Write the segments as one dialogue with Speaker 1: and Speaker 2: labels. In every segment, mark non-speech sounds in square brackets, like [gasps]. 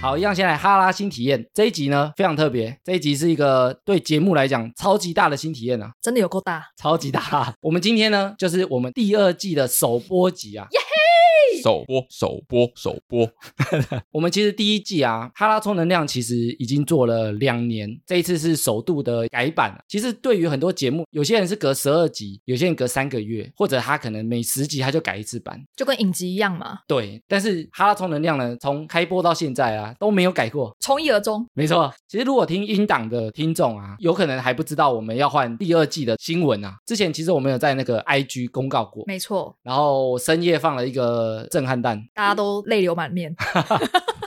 Speaker 1: 好，一样先来哈拉新体验这一集呢非常特别，这一集是一个对节目来讲超级大的新体验啊，
Speaker 2: 真的有够大，
Speaker 1: 超级大。 [laughs] 我们今天呢就是我们第二季的首播集啊，
Speaker 3: 首播首播首
Speaker 1: [laughs]
Speaker 3: 播，
Speaker 1: 我们其实第一季啊，哈拉充能量其实已经做了两年，这一次是首度的改版。啊其实对于很多节目，有些人是隔十二集，有些人隔三个月，或者他可能每十集他就改一次版。
Speaker 2: 就跟影集一样嘛，
Speaker 1: 对，但是哈拉充能量呢，从开播到现在啊都没有改过。
Speaker 2: 从一而终。
Speaker 1: 没错，其实如果听音档的听众啊，有可能还不知道我们要换第二季的新闻啊。之前其实我们有在那个 IG 公告过，
Speaker 2: 没错，
Speaker 1: 然后深夜放了一个震撼弹，
Speaker 2: 大家都泪流满面。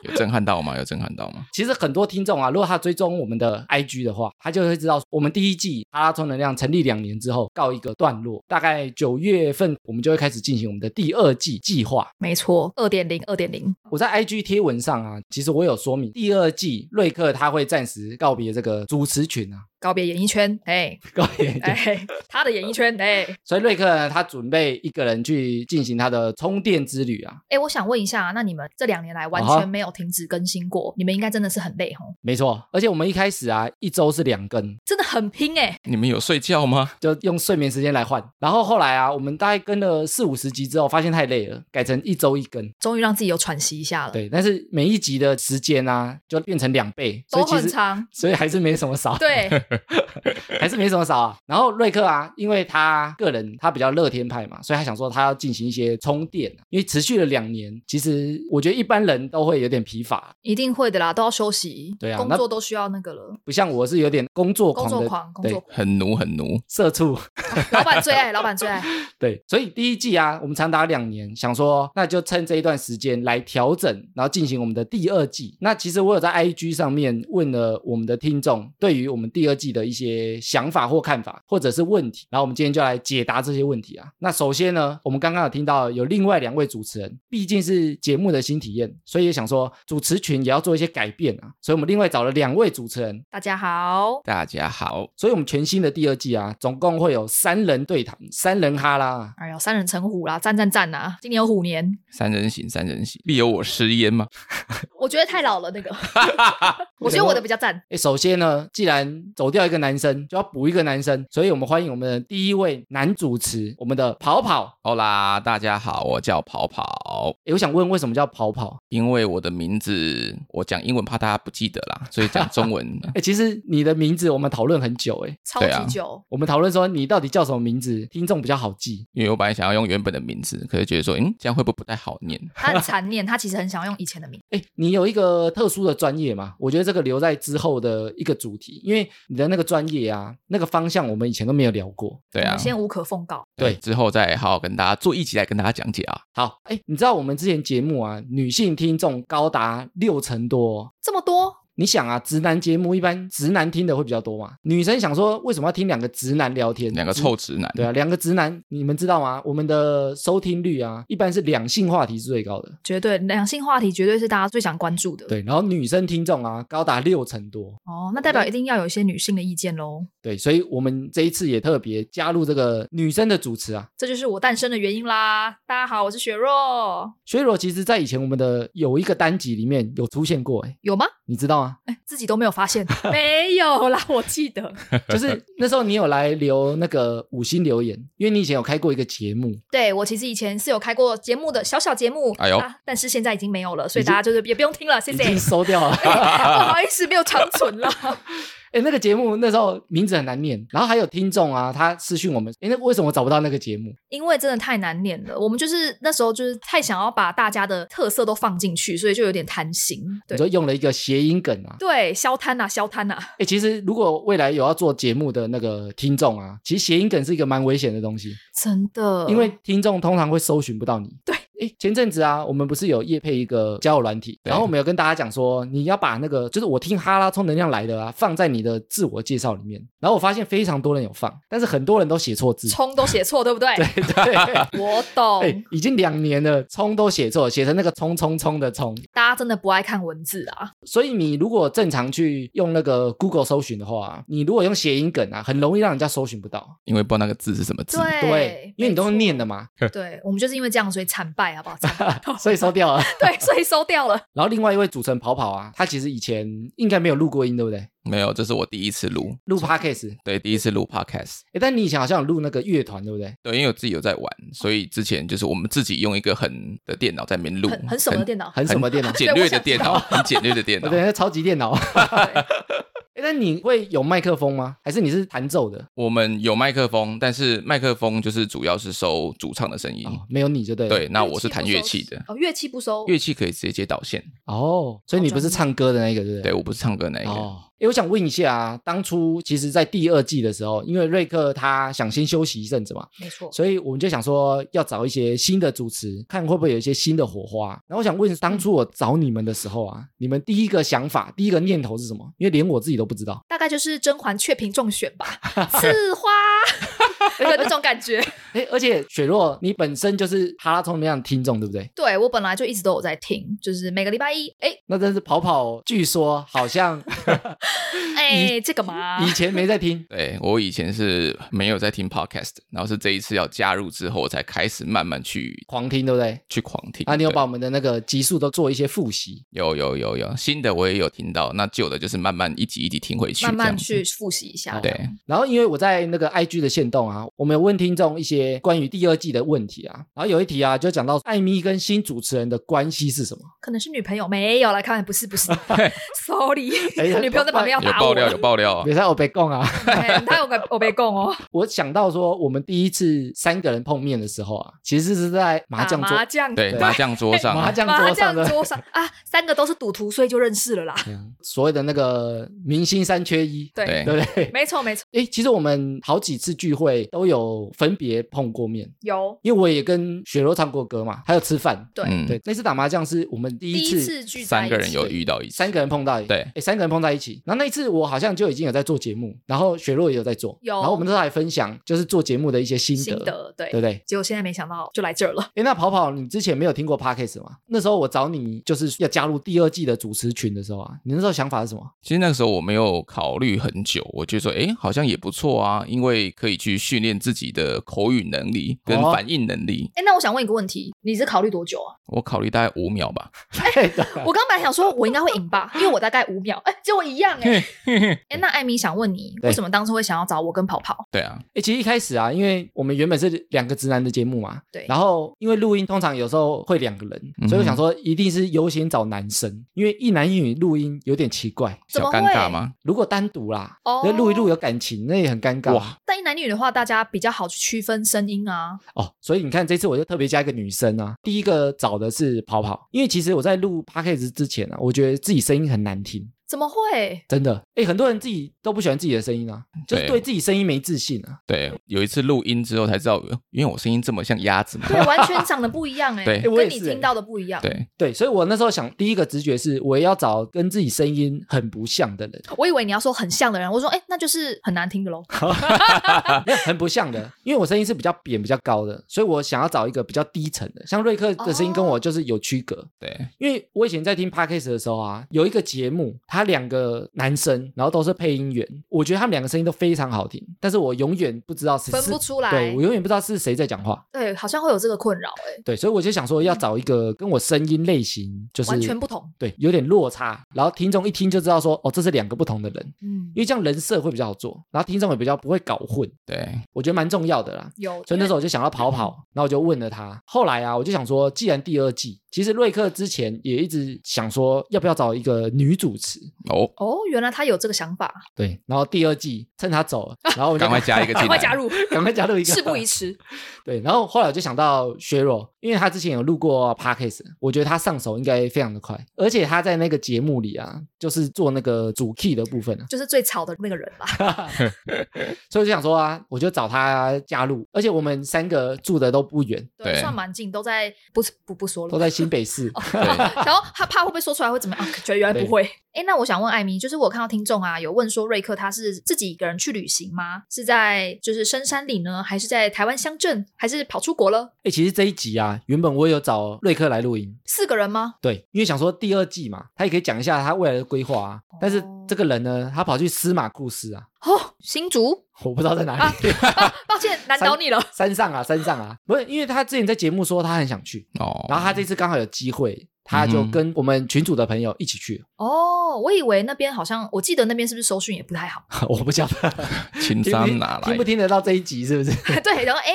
Speaker 3: 有震撼到吗？有震撼到吗？
Speaker 1: 其实很多听众啊，如果他追踪我们的 IG 的话，他就会知道我们第一季哈拉充能量成立两年之后告一个段落，大概九月份我们就会开始进行我们的第二季计划。
Speaker 2: 没错，二点零，二点零，
Speaker 1: 我在 IG 贴文上啊，其实我有说明第二季瑞克他会暂时告别这个主持群啊，
Speaker 2: 告别演艺圈，
Speaker 1: [laughs]
Speaker 2: 哎、
Speaker 1: 告别。
Speaker 2: 哎，他的演艺圈，哎、
Speaker 1: 所以瑞克呢，他准备一个人去进行他的充电之旅啊，
Speaker 2: 哎，我想问一下，那你们这两年来完
Speaker 1: 啊哈
Speaker 2: 全没有停止更新过你们应该真的是很累吼，
Speaker 1: 没错。而且我们一开始啊，一周是两更，
Speaker 2: 真的很拼哎、
Speaker 3: 你们有睡觉吗？
Speaker 1: 就用睡眠时间来换。然后后来啊，我们大概跟了四五十集之后，发现太累了，改成一周一更。
Speaker 2: 终于让自己有喘息一下了，
Speaker 1: 对，但是每一集的时间啊，就变成两倍，所
Speaker 2: 都
Speaker 1: 以其
Speaker 2: 很
Speaker 1: 实。
Speaker 2: 长
Speaker 1: 所以还是没什么少，，
Speaker 2: 对，
Speaker 1: [laughs] 还是没什么少啊。然后瑞克啊，因为他个人他比较乐天派嘛，所以他想说他要进行一些充电啊、因为持续了两年，其实我觉得一般人都会有点疲乏，
Speaker 2: 一定会的啦，都要休息。
Speaker 1: 对啊
Speaker 2: 工
Speaker 1: 那
Speaker 2: 作都需要那个了，
Speaker 1: 不像我是有点工作
Speaker 2: 工
Speaker 1: 狂的，
Speaker 2: 作狂，工
Speaker 1: 对
Speaker 2: 作狂，
Speaker 3: 很奴很奴，
Speaker 1: 社畜，
Speaker 2: 老板最爱，老板最爱。
Speaker 1: 对，所以第一季啊，我们长达两年，想说那就趁这一段时间来调整，然后进行我们的第二季。那其实我有在 IG 上面问了我们的听众对于我们第二季的一些想法或看法，或者是问题，然后我们今天就来解答这些问题啊。那首先呢，我们刚刚有听到有另外两位主持人，毕竟是节目的新体验，所以也想说主持群也要做一些改变啊，所以我们另外找了两位主持人，
Speaker 2: 大家好，
Speaker 1: [laughs]
Speaker 3: 大家好，
Speaker 1: 所以我们全新的第二季啊，总共会有三人对谈，三人哈拉啊。
Speaker 2: 哎呦，三人成虎啦，赞赞赞啊！今年有虎年，
Speaker 3: 三人行，三人行，必有我师焉吗？
Speaker 2: 我觉得太老了
Speaker 3: [laughs]
Speaker 2: 那个，我觉得我的比较赞。
Speaker 1: 诶首先呢，既然走掉一个男生，就要补一个男生，所以我们欢迎我们的第一位男主持，我们的跑跑。
Speaker 3: 好啦，大家好，我叫跑跑，
Speaker 1: 诶我想问，为什么叫跑跑？
Speaker 3: 因为我的名字我讲英文怕大家不记得啦，所以讲中文。
Speaker 1: 哎，其实你的名字我们讨论很久，哎，
Speaker 2: 超
Speaker 3: 对啊
Speaker 2: 级久，
Speaker 1: 我们讨论说你到底叫什么名字，听众比较好记。
Speaker 3: 因为我本来想要用原本的名字，可是觉得说，嗯，这样会不会不太好念？
Speaker 2: 他很残念，他其实很想要用以前的名字。
Speaker 1: 哎，你有一个特殊的专业嘛？我觉得这个留在之后的一个主题，因为你的那个专业啊，那个方向我们以前都没有聊过。
Speaker 3: 对
Speaker 2: 我
Speaker 3: 啊
Speaker 2: 们，先无可奉告。
Speaker 1: 对
Speaker 3: 之后再好好跟大家做一起来跟大家讲解啊。
Speaker 1: 好，哎，你知道我们之前节目啊，女性听众高达六成多哦、
Speaker 2: 这么多，
Speaker 1: 你想啊，直男节目一般直男听的会比较多嘛，女生想说为什么要听两个直男聊天？
Speaker 3: 两个
Speaker 1: 直
Speaker 3: 臭直
Speaker 2: 嗯
Speaker 3: 男，
Speaker 1: 对啊，两个直男，你们知道吗？我们的收听率啊，一般是两性话题是最高的，
Speaker 2: 绝对两性话题绝对是大家最想关注的。，
Speaker 1: 对，然后女生听众啊，高达六成多。
Speaker 2: 哦，那代表一定要有一些女性的意见喽。
Speaker 1: 对，所以我们这一次也特别加入这个女生的主持啊。
Speaker 2: 这就是我诞生的原因啦。大家好，我是雪若，
Speaker 1: 薛若其实在以前我们的有一个单集里面有出现过，哎，
Speaker 2: 有吗？
Speaker 1: 你知道吗？
Speaker 2: 哎，自己都没有发
Speaker 3: [laughs]
Speaker 2: 现，没有啦， [laughs] 我记得。
Speaker 1: 就是那时候你有来留那个五星留言，因为你以前有开过一个节目，
Speaker 2: 对我其实以前是有开过节目的小小节目，
Speaker 3: 哎呦
Speaker 2: 啊，但是现在已经没有了，所以
Speaker 1: 已经
Speaker 2: 大家就是也不用听了，谢
Speaker 1: 已
Speaker 2: 谢。
Speaker 1: 经收掉了。 [laughs]
Speaker 2: 哎 [laughs] 不好意思，没有长存
Speaker 3: [laughs]
Speaker 2: 了。
Speaker 1: 哎、那个节目那时候名字很难念，然后还有听众啊，他私讯我们，哎、那为什么我找不到那个节目？
Speaker 2: 因为真的太难念了，我们就是那时候就是太想要把大家的特色都放进去，所以就有点贪心。
Speaker 1: 你
Speaker 2: 对
Speaker 1: 说用了一个谐音梗啊。
Speaker 2: 对，消贪呐、消贪呐、啊
Speaker 1: 哎、其实如果未来有要做节目的那个听众啊，其实谐音梗是一个蛮危险的东西，
Speaker 2: 真的。
Speaker 1: 因为听众通常会搜寻不到你。
Speaker 2: 呃对。
Speaker 1: 哎，前阵子啊，我们不是有业配一个交友软体，
Speaker 3: 对
Speaker 1: 然后我们有跟大家讲说，你要把那个就是我听哈拉充能量来的啊，放在你的自我介绍里面。然后我发现非常多人有放，但是很多人都写错
Speaker 2: [laughs]
Speaker 1: 字。
Speaker 2: [laughs] 冲都写错，对不对？
Speaker 1: 对对，
Speaker 2: 我懂，
Speaker 1: 哎、已经两年了，冲都写错，写成那个冲冲冲的冲。
Speaker 2: 大家真的不爱看文字
Speaker 1: [laughs]
Speaker 2: 啊。
Speaker 1: 所以你如果正常去用那个 Google 搜寻的话啊，你如果用谐音梗啊，很容易让人家搜寻不到。
Speaker 3: 因为不知道那个字是什么字。
Speaker 2: 对，
Speaker 1: 因为你都是念的嘛。
Speaker 2: [laughs] 没错。对，我们就是因为这样，所以惨败拜，好不好？长岛
Speaker 1: 所以收掉了。
Speaker 2: [laughs] 对，所以收掉了。
Speaker 1: 然后另外一位主持人跑跑啊，他其实以前应该没有录过音，对不对？
Speaker 3: 没有，这是我第一次录，
Speaker 1: 录 podcast，
Speaker 3: 对，第一次录 podcast。
Speaker 1: 哎，但你以前好像有录那个乐团，对不对？
Speaker 3: 对，因为我自己有在玩，所以之前就是我们自己用一个很的电脑在那边录，
Speaker 2: 很很什么的电脑？
Speaker 1: 很什么电脑？
Speaker 3: 简略的电脑，
Speaker 2: 对我
Speaker 3: 很简略的电
Speaker 1: [laughs]
Speaker 3: 脑
Speaker 1: 对，。那超级电
Speaker 3: [laughs]
Speaker 1: 脑。
Speaker 2: 对
Speaker 1: 哎，但你会有麦克风吗？还是你是弹奏的？
Speaker 3: 我们有麦克风，但是麦克风就是主要是收主唱的声音。
Speaker 1: 哦，没有你就对了。
Speaker 3: 对，那我是弹乐器的，
Speaker 2: 哦，乐器不收，
Speaker 3: 乐器可以直接接导线。
Speaker 1: 哦，所以你不是唱歌的那一个，对不对？
Speaker 3: 对，我不是唱歌那一个。
Speaker 1: 哦，哎，我想问一下啊，当初其实，在第二季的时候，因为瑞克他想先休息一阵子嘛，
Speaker 2: 没错。
Speaker 1: 所以我们就想说要找一些新的主持，看会不会有一些新的火花。然后我想问，当初我找你们的时候啊，你们第一个想法、第一个念头是什么？因为连我自己都不知道。
Speaker 2: 大概就是甄嬛雀屏中选
Speaker 1: [laughs]
Speaker 2: 吧， [laughs] 刺花的那种感觉。
Speaker 1: 哎，而且雪若，你本身就是哈拉通那样的听众，对不对？
Speaker 2: 对我本来就一直都有在听，就是每个礼拜一，哎
Speaker 1: 那真是跑跑，据说好像
Speaker 2: 哎，这个嘛，
Speaker 1: 以前没在听。
Speaker 3: 对我以前是没有在听 podcast，然后是这一次要加入之后，我才开始慢慢去
Speaker 1: 狂听对不对？
Speaker 3: 去狂听。
Speaker 1: 啊，你有
Speaker 3: 对
Speaker 1: 把我们的那个集数都做一些复习，
Speaker 3: 有有有有新的我也有听到，那旧的就是慢慢一集一集听回去，
Speaker 2: 慢
Speaker 3: 这
Speaker 2: 慢
Speaker 3: 样子
Speaker 2: 去复习一下。
Speaker 3: 对。
Speaker 1: 然后因为我在那个 IG 的线动啊，我们有问听众一些关于第二季的问题啊，然后有一题啊就讲到艾米跟新主持人的关系是什么？
Speaker 2: 可能是女朋友没有来看，不是不是，sorry，
Speaker 1: 哎呀
Speaker 2: 女朋友在旁边要
Speaker 3: 有
Speaker 2: 打
Speaker 3: 爆
Speaker 2: 我
Speaker 3: 料有
Speaker 2: 了，
Speaker 3: 爆料啊！
Speaker 1: 别在我被供啊！ [laughs]
Speaker 2: 哎他有个我被供哦，
Speaker 1: 我想到说，我们第一次三个人碰面的时候啊，其实是在麻将
Speaker 2: 打
Speaker 1: 桌 [laughs]
Speaker 2: 麻将
Speaker 3: 对，
Speaker 1: 对
Speaker 3: 麻将桌上
Speaker 1: 麻
Speaker 3: 啊
Speaker 1: 将
Speaker 2: 麻
Speaker 1: 桌
Speaker 2: 将
Speaker 1: 上的啊
Speaker 2: 桌上啊，三个都是赌徒，所以就认识了啦。
Speaker 1: 所谓的那个明星三缺一，
Speaker 2: 对，
Speaker 3: 对
Speaker 1: 对不对？
Speaker 2: 没错没错，
Speaker 1: 诶，其实我们好几次聚会都有分别碰过面，
Speaker 2: 有
Speaker 1: 因为我也跟雪柔唱过歌嘛，还有吃饭。
Speaker 2: 对
Speaker 3: 嗯
Speaker 1: 对，，那次打麻将是我们第
Speaker 2: 第
Speaker 1: 一
Speaker 2: 一
Speaker 1: 次
Speaker 2: 次聚在
Speaker 3: 三个
Speaker 2: 一
Speaker 3: 人
Speaker 2: 起
Speaker 3: 有遇到一次
Speaker 1: 三个人碰到一，
Speaker 3: 对
Speaker 1: 诶，三个人碰在一起。然后那一次我好像就已经有在做节目，然后雪若也有在做，
Speaker 2: 有
Speaker 1: 然后我们都来分享就是做节目的一些心得，
Speaker 2: 心得，对
Speaker 1: 对不对？
Speaker 2: 结果现在没想到就来这儿了，
Speaker 1: 诶，那跑跑，你之前没有听过 podcast 吗？那时候我找你就是要加入第二季的主持群的时候啊，你那时候想法是什
Speaker 2: [laughs]
Speaker 1: 么？
Speaker 3: 其实那个时候我没有考虑很久，我就说，哎，好像也不错啊，因为可以去训练自己的口语能力跟
Speaker 1: 哦
Speaker 3: 反应能力。
Speaker 2: 哎，那我想问一个问题，你是考虑多久啊？
Speaker 3: 我考虑大概五秒吧，
Speaker 2: [laughs] 我刚本来想说我应该会赢吧，因为我大概五秒，哎，结果一样哎。哎，那艾米想问你，
Speaker 1: 对
Speaker 2: 为什么当初会想要找我跟跑跑？
Speaker 3: 对啊，
Speaker 1: [laughs] 诶，其实一开始啊，因为我们原本是两个直男的节目嘛，
Speaker 2: 对
Speaker 1: 然后因为录音通常有时候会两个人，所以我想说一定是优先找男生，因为一男一女录音有点奇怪。
Speaker 2: 怎
Speaker 3: 小
Speaker 2: 么
Speaker 3: 尴尬
Speaker 2: 会
Speaker 3: 吗？
Speaker 1: 如果单独啦，
Speaker 2: 哦
Speaker 1: 那录一录有感情，那也很尴尬。哇
Speaker 3: 哇
Speaker 2: 但一男一女的话，大家比较好去区分声音
Speaker 1: [laughs]
Speaker 2: 啊。
Speaker 1: 哦，所以你看这次我就特别加一个女生啊。第一个找的是跑跑，因为其实我在录 podcast 之前啊，我觉得自己声音很难听。
Speaker 2: 怎么会？
Speaker 1: 真的，哎，很多人自己都不喜欢自己的声音啊，就是
Speaker 3: 对
Speaker 1: 对自己声音没自信啊。
Speaker 3: 对，有一次录音之后才知道，呃因为我声音这么像
Speaker 1: [laughs]
Speaker 3: 鸭子嘛。
Speaker 2: 对，完全长得不一样哎、
Speaker 3: 对
Speaker 1: 我也
Speaker 2: 跟你
Speaker 1: 是欸
Speaker 2: 听到的不一样。
Speaker 3: 对，
Speaker 1: 对，所以我那时候想，第一个直觉是我要找跟自己声音很不像的人，
Speaker 2: 我以为你要说很像的人，我说哎、那就是很难听
Speaker 1: [laughs]
Speaker 2: 的喽。
Speaker 1: 没有很不像的，因为我声音是比较扁、比较高的，所以我想要找一个比较低沉的，像瑞克的声音跟
Speaker 2: 哦
Speaker 1: 我就是有区隔。
Speaker 3: 对，
Speaker 1: 因为我以前在听 podcast 的时候啊，有一个节目，他两个男生，然后都是配音员，我觉得他们两个声音都非常好听，但是我永远不知道是
Speaker 2: 分不出来
Speaker 1: 对我永远不知道是谁在讲话。
Speaker 2: 对，好像会有这个困扰哎、
Speaker 1: 对，所以我就想说，要找一个跟我声音类型就是
Speaker 2: 完全不同。
Speaker 1: 对，有点落差，然后听众一听就知道说，哦，这是两个不同的人，
Speaker 2: 嗯
Speaker 1: 因，为这样人设会比较好做，然后听众也比较不会搞混，
Speaker 3: 对，
Speaker 1: 我觉得蛮重要的啦。
Speaker 2: 有。
Speaker 1: 所以那时候我就想要跑跑，然后我就问了他。后来啊，我就想说，既然第二季，其实瑞克之前也一直想说要不要找一个女主持，
Speaker 3: 哦，
Speaker 2: 哦，原来他有这个想法，
Speaker 1: [laughs] 对。然后第二季趁他走了，然后我就
Speaker 3: 赶快加一个进
Speaker 1: [laughs]
Speaker 2: 赶快加
Speaker 3: 来。
Speaker 2: 入，
Speaker 1: 赶快加入一个，
Speaker 2: 事不宜迟。
Speaker 1: 对。然后后来我就想到薛若，因为他之前有录过 podcast，我觉得他上手应该非常的快，而且他在那个节目里啊，就是做那个主 key 的部分啊，
Speaker 2: 就是最吵的那个人啦。
Speaker 1: 所以我就想说啊，我就找他加入，而且我们三个住的都不远，
Speaker 2: 对，
Speaker 3: 对
Speaker 2: 算蛮近，都在不是不不说了，
Speaker 1: 都在新北市。
Speaker 3: 对，
Speaker 1: [laughs]
Speaker 2: 然后他怕会不会说出来会怎么样？啊觉得原来不会， [laughs] 哎，那我想问艾米，就是我看到听众啊有问说，瑞克他是自己一个人去旅行吗？是在就是深山里呢，还是在台湾乡镇，还是跑出国了？
Speaker 1: 哎、其实这一集啊，原本我也有找瑞克来录音，
Speaker 2: 四个人吗？
Speaker 1: 对，因为想说第二季嘛，他也可以讲一下他未来的规划啊。但是这个人呢，他跑去司马库斯啊，
Speaker 2: 哦，新竹
Speaker 1: 我不知道在哪
Speaker 2: 啊
Speaker 1: 里，
Speaker 2: [laughs] 啊，抱歉，难倒你了。
Speaker 1: [laughs] 山上啊，山上啊，不是，因为他之前在节目说他很想去，
Speaker 3: 哦，
Speaker 1: 然后他这次刚好有机会，他就
Speaker 3: 嗯哼
Speaker 1: 跟我们群主的朋友一起去 [laughs] 了，
Speaker 2: 哦，我以为那边好像，我记得那边是不是收讯也不太 [laughs] 好？
Speaker 1: 我不晓
Speaker 3: [laughs]
Speaker 1: 得
Speaker 3: 情
Speaker 1: 听不
Speaker 3: 商
Speaker 1: 听
Speaker 3: 哪来
Speaker 1: 听不？听得到这一集是不 [laughs] 是？
Speaker 2: 对，然后哎，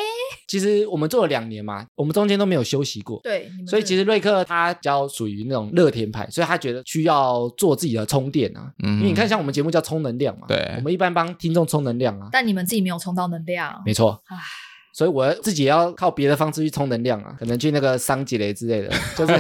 Speaker 1: 其实我们做了两年嘛，我们中间都没有休息过。
Speaker 2: 对，你们
Speaker 1: 所以其
Speaker 2: 是
Speaker 1: 实瑞克他比较属于那种乐天派，所以他觉得需要做自己的充电啊。
Speaker 3: 嗯
Speaker 1: 因为你看，像我们节目叫充能量嘛，
Speaker 3: 对
Speaker 1: 我们一般帮听众充能量啊，
Speaker 2: 但你们自己没有充到能量，
Speaker 1: 没错
Speaker 2: 唉。
Speaker 1: 所以我自己也要靠别的方式去充能量啊，可能去那个桑吉雷之类的，就是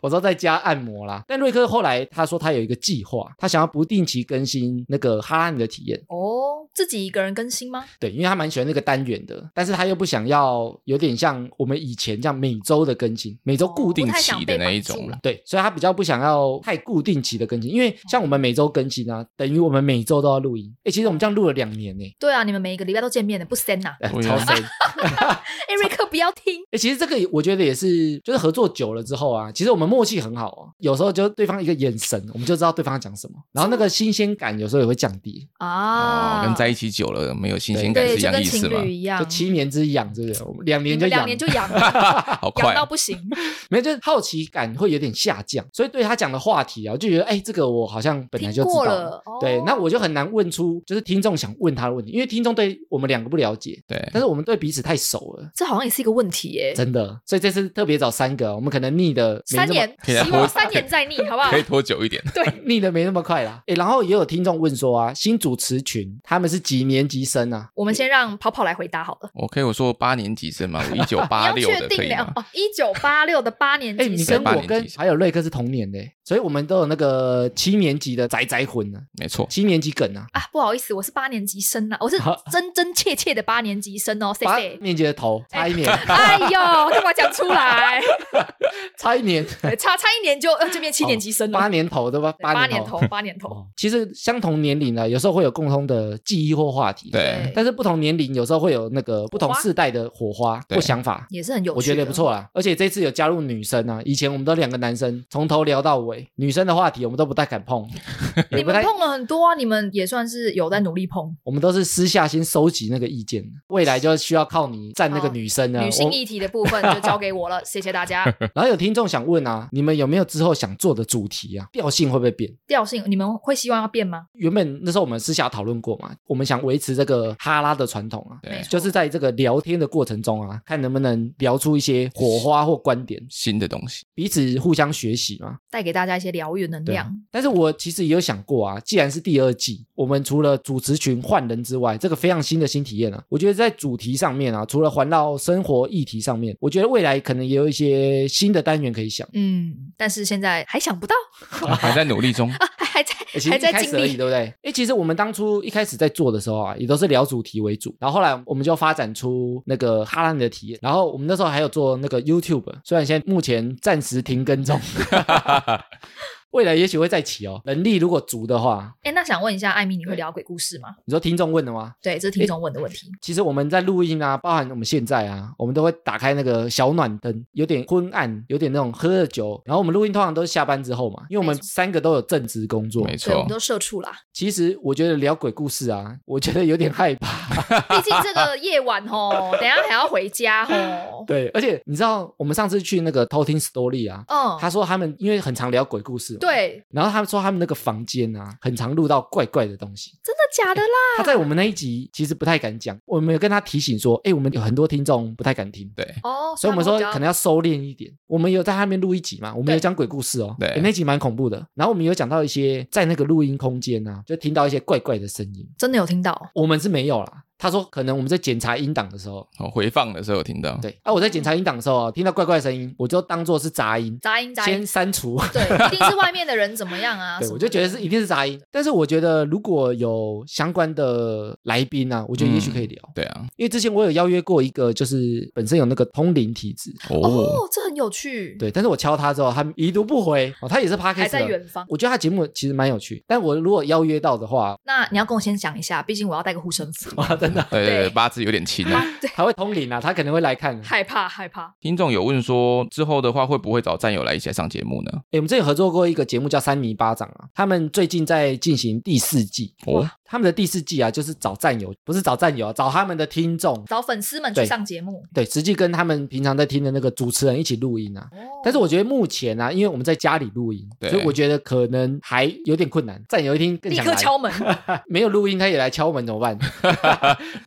Speaker 1: 我说在家按摩啦。但瑞克后来他说他有一个计划，他想要不定期更新那个哈拉尼的体验，
Speaker 2: 哦，自己一个人更新吗？
Speaker 1: 对，因为他蛮喜欢那个单元的，但是他又不想要有点像我们以前这样每周的更新，每周固定
Speaker 2: 不
Speaker 3: 定
Speaker 2: 太想
Speaker 3: 期的
Speaker 2: 被
Speaker 3: 那一
Speaker 2: 绑住
Speaker 3: 种
Speaker 2: 了
Speaker 3: 啦。
Speaker 1: 对，所以他比较不想要太固定期的更新，因为像我们每周更新啊，等于我们每周都要录音。哎，其实我们这样录了两年呢、
Speaker 2: 对啊，你们每一个礼拜都见面的，不深呐、
Speaker 1: 哎 [laughs]
Speaker 3: 对
Speaker 1: 超
Speaker 3: 啊
Speaker 1: 神！
Speaker 2: 哎，瑞克不要听，
Speaker 1: 哎，其实这个我觉得也是，就是合作久了之后啊，其实我们默契很好哦。有时候就对方一个眼神，我们就知道对方要讲什么，然后那个新鲜感有时候也会降低，
Speaker 2: 啊，
Speaker 3: 哦，跟在一起久了没有新鲜感是
Speaker 2: 对，
Speaker 3: 一
Speaker 2: 就哦
Speaker 3: 样
Speaker 2: 跟
Speaker 3: 意思
Speaker 2: 情
Speaker 3: 吗？
Speaker 2: 侣一样
Speaker 1: 就，七年之痒，是不是？我们两
Speaker 2: 嗯你
Speaker 1: 年就
Speaker 2: 们
Speaker 1: 痒
Speaker 2: 两
Speaker 1: 了，
Speaker 2: 年就痒了，
Speaker 3: 好
Speaker 2: 痒
Speaker 3: 快啊
Speaker 2: 到，不行。
Speaker 1: 没有，就是好奇感会有点下降，所以对他讲的话题啊，我就觉得哎，这个我好像本来就知
Speaker 2: 听过
Speaker 1: 道
Speaker 2: 了哦
Speaker 1: 对，那我就很难问出就是听众想问他的问题，因为听众对我们两个不了解，
Speaker 3: 对，
Speaker 1: 但是我们对彼此太熟了，
Speaker 2: 这好像也是一个问题耶、
Speaker 1: 真的，所以这次特别找三个，我们可能腻的没那么
Speaker 2: 三年，
Speaker 3: 可以来
Speaker 2: 希望
Speaker 3: 拖
Speaker 2: 三年再腻，好不好
Speaker 3: 可？以拖久一点。
Speaker 1: 腻的没那么快啦。哎，然后也有听众问说啊，新主持群他们是几年级生啊？
Speaker 2: 我们先让跑跑来回答好了。
Speaker 3: 我可以我说八年级生
Speaker 2: [laughs]
Speaker 3: 嘛，我一九八
Speaker 2: 你
Speaker 3: 六
Speaker 2: 要确
Speaker 3: 的可
Speaker 2: 定
Speaker 3: 以
Speaker 2: 了
Speaker 3: 吗？
Speaker 2: 哦，一九八六的八年
Speaker 1: 哎，
Speaker 2: 级
Speaker 1: 你
Speaker 2: 生
Speaker 1: 跟
Speaker 3: 八
Speaker 1: 我
Speaker 3: 年级
Speaker 1: 跟
Speaker 3: 生
Speaker 1: 还有瑞克是同年的，欸所以我们都有那个七年级的宅宅魂啊，
Speaker 3: 没错，
Speaker 1: 七年级梗啊，
Speaker 2: 啊，不好意思，我是八年级生呐、啊我是真真切切的八年级生哦，谢
Speaker 1: 八
Speaker 2: 谢。
Speaker 1: 年级的头差一年，
Speaker 2: [laughs] 哎呦，干嘛讲出来？
Speaker 1: 差一年，
Speaker 2: 对差差一年就呃这边七年级生了，
Speaker 1: 哦八年头对吧？
Speaker 2: 对八
Speaker 1: 年
Speaker 2: 年头，八年头。
Speaker 1: 哦，其实相同年龄啊呢，有时候会有共通的记忆或话题，
Speaker 3: 对，
Speaker 1: 但是不同年龄有时候会有那个不同
Speaker 2: 火花
Speaker 1: 世代的火花
Speaker 3: 对
Speaker 1: 或想法。
Speaker 2: 也是很有趣，
Speaker 1: 我觉得也不。错啦，而且这次有加入女生啊，以前我们都两个男生从头聊到尾，女生的话题我们都不太敢碰，也
Speaker 2: 你
Speaker 1: 不
Speaker 2: 们
Speaker 1: 太，
Speaker 2: 碰了很多啊，你们也算是有在努力碰
Speaker 1: 我们都是私下先收集那个意见，未来就需要靠你站那个
Speaker 2: 哦
Speaker 1: 女生啊。
Speaker 2: 女性
Speaker 1: 我
Speaker 2: 议题的部分，就交给我了，谢谢
Speaker 1: [laughs]
Speaker 2: 大家。
Speaker 1: 然后有听众想问啊，你们有没有之后想做的主题啊？调性会不会变？
Speaker 2: 调性你们会希望要变吗？
Speaker 1: 原本那时候我们私下讨论过嘛，我们想维持这个哈拉的传统啊，
Speaker 3: 对
Speaker 2: 没，错
Speaker 1: 就是在这个聊天的过程中啊，看能不能聊出一些火花或观点，
Speaker 3: 新的东西，
Speaker 1: 彼此互相学习嘛。
Speaker 2: 带给大家一些疗愈能
Speaker 1: 对啊
Speaker 2: 量。。
Speaker 1: 但是我其实也有想过啊，既然是第二季，我们除了主持群换人之外，这个非常新的新体验啊，我觉得在主题上面啊，除了环绕生活议题上面，我觉得未来可能也有一些新的单元可以想。
Speaker 2: 嗯，但是现在还想不到 [laughs]
Speaker 3: 还在努力中。
Speaker 2: 啊，还还在
Speaker 1: 欸、其实
Speaker 2: 还
Speaker 1: 一
Speaker 2: 在
Speaker 1: 开始
Speaker 2: 经
Speaker 1: 而已，
Speaker 2: 历。
Speaker 1: 对不对？哎，其实我们当初一开始在做的时候啊，也都是聊主题为主，然后后来我们就发展出那个哈兰的体验，然后我们那时候还有做那个 YouTube，虽然现在目前暂时停更
Speaker 2: [laughs]
Speaker 1: 中，未来也许会再起哦，能力如果足的话。
Speaker 2: 哎，那想问一下，艾米，你会聊鬼故事吗？
Speaker 1: 你说听众问的吗？
Speaker 2: 对，这是听众问的问题。
Speaker 1: 其实我们在录音啊，包含我们现在啊，我们都会打开那个小暖灯，有点昏暗，有点那种喝了酒。然后我们录音通常都是下班之后嘛，因为我们
Speaker 2: 没错
Speaker 1: 三个都有正职工作。
Speaker 2: [laughs]
Speaker 3: 没
Speaker 2: 对，我
Speaker 3: 错
Speaker 2: 们，都社畜啦， [laughs]
Speaker 1: 其实我觉得聊鬼故事啊，我觉得有点害怕。
Speaker 2: 毕竟这个夜
Speaker 1: [laughs]
Speaker 2: 晚吼，等一下还要回家吼。
Speaker 1: 对，而且你知道我们上次去那个偷听 story 啊，
Speaker 2: 嗯，
Speaker 1: 他说他们因为很常聊鬼故事，，
Speaker 2: 对，
Speaker 1: 然后他们说他们那个房间啊，很常录到怪怪的东西。
Speaker 2: 真的假的啦？
Speaker 1: 他在我们那一集其实不太敢讲，我们有跟他提醒说，哎，我们有很多听众不太敢听。
Speaker 3: 对
Speaker 2: 哦，
Speaker 1: 所以我们说
Speaker 2: 他会比较
Speaker 1: 可能要收敛一点。我们有在他面录一集嘛，我们有讲鬼故事哦，
Speaker 3: 对
Speaker 1: 诶那集蛮恐怖的。然后我们有讲到一些在那个录音空间啊，就听到一些怪怪的声音，
Speaker 2: 真的有听到
Speaker 1: 我们是没有啦。他说可能我们在检查音档的时候，
Speaker 3: 我回放的时候有听到，
Speaker 1: 对，啊，我在检查音档的时候啊听到怪怪的声音，我就当做是杂音，
Speaker 2: 杂音杂音
Speaker 1: 先，删除。
Speaker 2: 对，
Speaker 1: [laughs]
Speaker 2: 一定是外面的人怎么样啊？
Speaker 1: 对，
Speaker 2: 什
Speaker 1: 我
Speaker 2: 么
Speaker 1: 就觉得
Speaker 2: 的
Speaker 1: 是一定是杂音，但是我觉得如果有相关的来宾啊，我觉得也许可以聊，
Speaker 3: 对啊，
Speaker 1: 因为之前我有邀约过一个，就是本身有那个通灵体质，
Speaker 3: 哦，
Speaker 2: 哦，这很有趣，，
Speaker 1: 对，但是我敲他之后，他已读不回，哦，他也是 p a r k
Speaker 2: 还在远方。
Speaker 1: 我觉得他节目其实蛮有趣，但我如果邀约到的话， [laughs]
Speaker 2: 那你要跟我先讲一下，毕竟我要带个护身符。
Speaker 1: 哇，真的
Speaker 3: 对对
Speaker 2: 对
Speaker 3: 对，八字有点轻啊。
Speaker 2: [laughs] 对，
Speaker 1: 他会通灵啊，他可能会来看。哎、
Speaker 2: 害怕害怕，
Speaker 3: 听众有问说，之后的话会不会找战友来一起来上节目呢？
Speaker 1: 我们之前有合作过一个节目叫《三泥巴掌》啊，他们最近在进行第四季。
Speaker 3: 哦，
Speaker 1: 他们的第四季啊，就是找战友，不是找战友啊，找他们的听众，
Speaker 2: 找粉丝们去
Speaker 1: 对
Speaker 2: 上节目。
Speaker 1: 对，实际跟他们平常在听的那个主持人一起录音啊。
Speaker 2: 哦
Speaker 1: 但是我觉得目前啊，因为我们在家里录音，
Speaker 3: 对
Speaker 1: 所以我觉得可能还有点困难。战友一听更
Speaker 2: 立
Speaker 1: 想
Speaker 2: 刻
Speaker 1: 来，
Speaker 2: 敲门，
Speaker 1: 没有录音他也来敲门怎么
Speaker 2: [laughs]
Speaker 1: 办？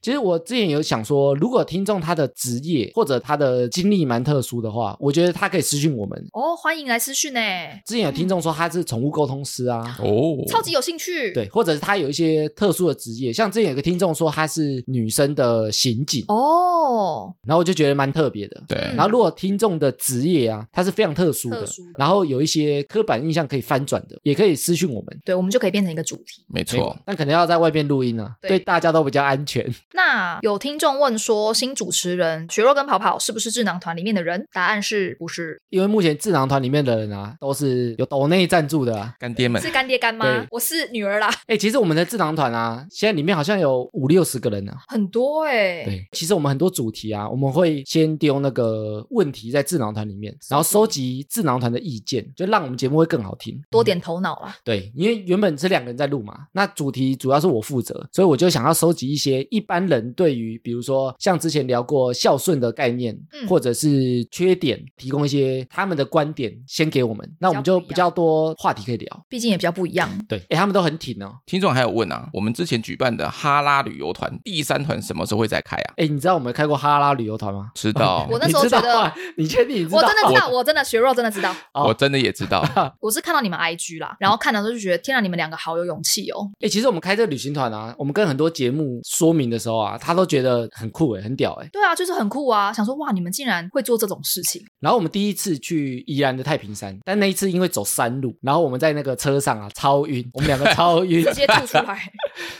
Speaker 1: 其实我之前有想说，如果听众他的职业或者他的经历蛮特殊的话，我觉得他可以私讯我们。
Speaker 2: 哦，欢迎来私讯呢，
Speaker 1: 之前有听众说他是宠物沟通师啊。
Speaker 2: 嗯
Speaker 3: 哦，
Speaker 2: 超级有兴趣。，
Speaker 1: 对，或者是他有一些特殊的职业，像之前有个听众说他是女生的刑警，
Speaker 2: 哦，
Speaker 1: 然后我就觉得蛮特别的。
Speaker 3: 对，
Speaker 2: 嗯
Speaker 1: 然后，如果听众的职业啊，它是非常特殊的，
Speaker 2: 特殊的
Speaker 1: 然后有一些刻板印象可以翻转的，也可以私讯我们。
Speaker 2: 对，我们就可以变成一个主题。
Speaker 3: 没错，
Speaker 1: 但可能要在外边录音啊，
Speaker 2: 对
Speaker 1: 对大家都比较安全。
Speaker 2: 那有听众问说，新主持人雪若跟跑跑是不是智囊团里面的人？答案是不是？
Speaker 1: 因为目前智囊团里面的人啊，都是有抖内赞助的啊。
Speaker 3: 干爹们
Speaker 2: 是，干爹干妈
Speaker 1: 对，
Speaker 2: 我是女儿啦，
Speaker 1: 哎，其实我们的智囊团啊，现在里面好像有五六十个人啊。
Speaker 2: 很多哎、
Speaker 1: 对，其实我们很多主题啊，我们会先丢那个问题在智囊团里面，然后收集智囊团的意见，就让我们节目会更好听。
Speaker 2: 多点头脑啦。
Speaker 1: 对，因为原本是两个人在录嘛，那主题主要是我负责，所以我就想要收集一些一般人对于，比如说像之前聊过孝顺的概念，
Speaker 2: 嗯
Speaker 1: 或者是缺点，提供一些他们的观点，先给我们，那我们就
Speaker 2: 比
Speaker 1: 比
Speaker 2: 较
Speaker 1: 较多话题可以聊。
Speaker 2: 毕竟也比较不一样。
Speaker 1: 对，哎，他们都很挺哦。
Speaker 3: 听众还有问啊，我们之前举办的哈拉旅游团第三团什么时候会再开啊？
Speaker 1: 哎，你知道我们开过哈拉旅游团吗？
Speaker 3: 知道，
Speaker 2: 我那时候
Speaker 1: 你知道
Speaker 2: 觉得
Speaker 1: 啊， [laughs] 你确定你知道？
Speaker 2: 我真的知道，我真的雪若真的知道，
Speaker 1: 哦
Speaker 3: 我真的也知
Speaker 2: [laughs]
Speaker 3: 道，
Speaker 2: 我是看到你们 IG 啦，然后看到之后就觉得，天啊，你们两个好有勇气哦。
Speaker 1: 哎、其实我们开这个旅行团啊，我们跟很多节目说明的时候啊，他都觉得很酷哎，很屌哎。
Speaker 2: 对啊，就是很酷啊，想说哇，你们竟然会做这种事情，
Speaker 1: 然后我们第一次去宜兰的太平山，但那一次因为走山路，然后我们在那个车上啊超晕，我们两个超晕
Speaker 2: 直，接吐出
Speaker 1: [laughs]
Speaker 2: 来，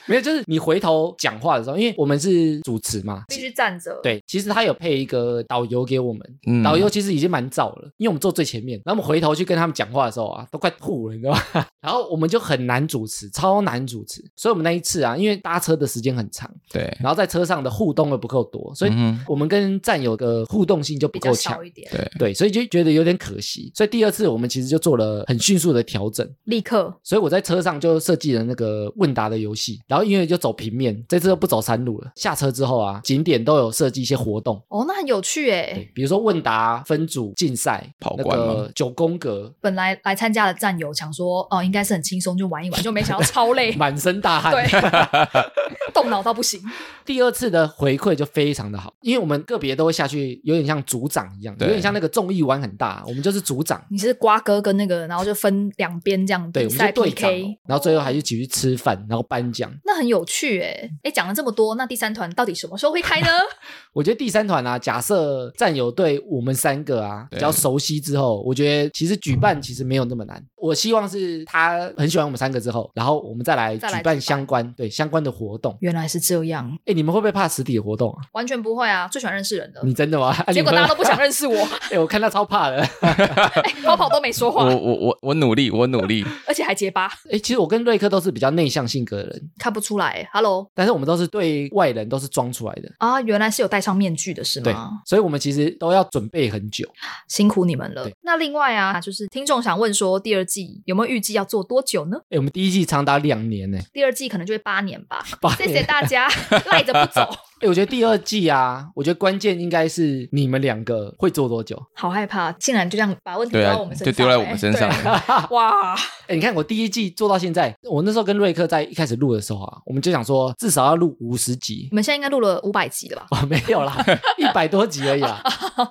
Speaker 1: 没有就是你回头讲话的时候，因为我们是主持嘛。
Speaker 2: 必须站着。，
Speaker 1: 对，其实他有配一个导游给我们，
Speaker 3: 嗯
Speaker 1: 导游其实已经蛮燥了，因为我们坐最前面，然后我们回头去跟他们讲话的时候啊，都快吐了，你知道吗？ [laughs] 然后我们就很难主持，超难主持，所以我们那一次啊，因为搭车的时间很长，
Speaker 3: 对，
Speaker 1: 然后在车上的互动又不够多，所以
Speaker 3: 嗯哼
Speaker 1: 我们跟战友的互动性就
Speaker 2: 比
Speaker 1: 不
Speaker 2: 较
Speaker 1: 够强
Speaker 2: 少。一点，
Speaker 3: 对，
Speaker 1: 对，所以就觉得有点可惜，所以第二次我们其实就做了很迅速的调整，
Speaker 2: 立刻
Speaker 1: 所以我在车上就设计了那个问答的游戏，然后因为就走平面，这次就不走山路了。下车之后啊，景点都有设计一些活动，
Speaker 2: 哦，那很有趣哎
Speaker 1: 对。，比如说问答、分组竞赛、
Speaker 3: 跑
Speaker 1: 那
Speaker 3: 关
Speaker 1: 个九宫格，，
Speaker 2: 本来来参加的战友想说，哦，应该是很轻松就玩一玩，就没想到超累
Speaker 1: [laughs] 满身大汗。
Speaker 2: 对，动脑到不行。
Speaker 1: [laughs] 第二次的回馈就非常的好，因为我们个别都会下去，有点像组长一样，有
Speaker 3: 对
Speaker 1: 点像那个综艺玩很大，我们就是组长。
Speaker 2: 你是瓜哥跟那个，然后就分两边这样
Speaker 1: 对，
Speaker 2: 比
Speaker 1: 我们是
Speaker 2: 赛
Speaker 1: 队长哦
Speaker 2: PK，，
Speaker 1: 然后最后还一起去吃饭，然后颁奖。
Speaker 2: 那很有趣哎。哎，讲了这么多，那第三团到底什么时候会
Speaker 1: [laughs]
Speaker 2: 开呢？
Speaker 1: 我觉得第三团啊，假设战友对我们三个啊比
Speaker 3: 对
Speaker 1: 较熟悉之后，我觉得其实举办其实没有那么难。我希望是他很喜欢我们三个之后，然后我们再来
Speaker 2: 再来
Speaker 1: 举办
Speaker 2: 举办
Speaker 1: 相关对相关的活动。
Speaker 2: 原来是这样，
Speaker 1: 哎，你们会不会怕实体的活动啊？
Speaker 2: 完全不会啊，最喜欢认识人的。
Speaker 1: 你真的
Speaker 2: [laughs]
Speaker 1: 吗？啊
Speaker 2: 结果
Speaker 1: 你
Speaker 2: 大
Speaker 1: 会
Speaker 2: 家都不想认识
Speaker 3: [laughs]
Speaker 2: 我，
Speaker 1: 哎， [laughs] 我看他超怕的。 [laughs]
Speaker 2: 哎跑跑都没说
Speaker 3: 我
Speaker 2: 话，
Speaker 3: 我我我努力，我努力，
Speaker 2: 而且还结巴，
Speaker 1: 哎，其实我跟瑞克都是比较内向性格的人，
Speaker 2: 看不出来。Hello
Speaker 1: 但是我们都是对外人都是装出来的。
Speaker 2: 啊，原来是有戴上面具的是
Speaker 1: 对
Speaker 2: 吗？，
Speaker 1: 所以我们其实都要准备很久。
Speaker 2: 辛苦你们了
Speaker 1: 对。
Speaker 2: 那另外啊，就是听众想问说，第二季有没有预计要做多久呢？
Speaker 1: 哎，我们第一季长达两年呢，
Speaker 2: 第二季可能就会八年吧。
Speaker 1: 八
Speaker 2: 谢谢
Speaker 1: 年。
Speaker 2: 大家 [laughs] 赖着
Speaker 3: [laughs]
Speaker 2: 不走，
Speaker 1: 哎，我觉得第二季啊，我觉得关键应该是你们两个会做多久。
Speaker 2: 好害怕，竟然就这样把问题丢
Speaker 3: 对啊
Speaker 2: 到我们，身上、
Speaker 3: 就丢在我们身上
Speaker 2: 哎。
Speaker 3: [laughs]
Speaker 2: 对
Speaker 3: 了，
Speaker 2: 哇，
Speaker 1: 哎、你看我第一季做到现在，我那时候跟瑞克在一开始录的时候啊，我们就想说至少要录五十集
Speaker 2: 你。们现在应该录了五百集了吧？
Speaker 1: 哦，没有啦，一百多集而已
Speaker 2: [laughs]
Speaker 1: 啦。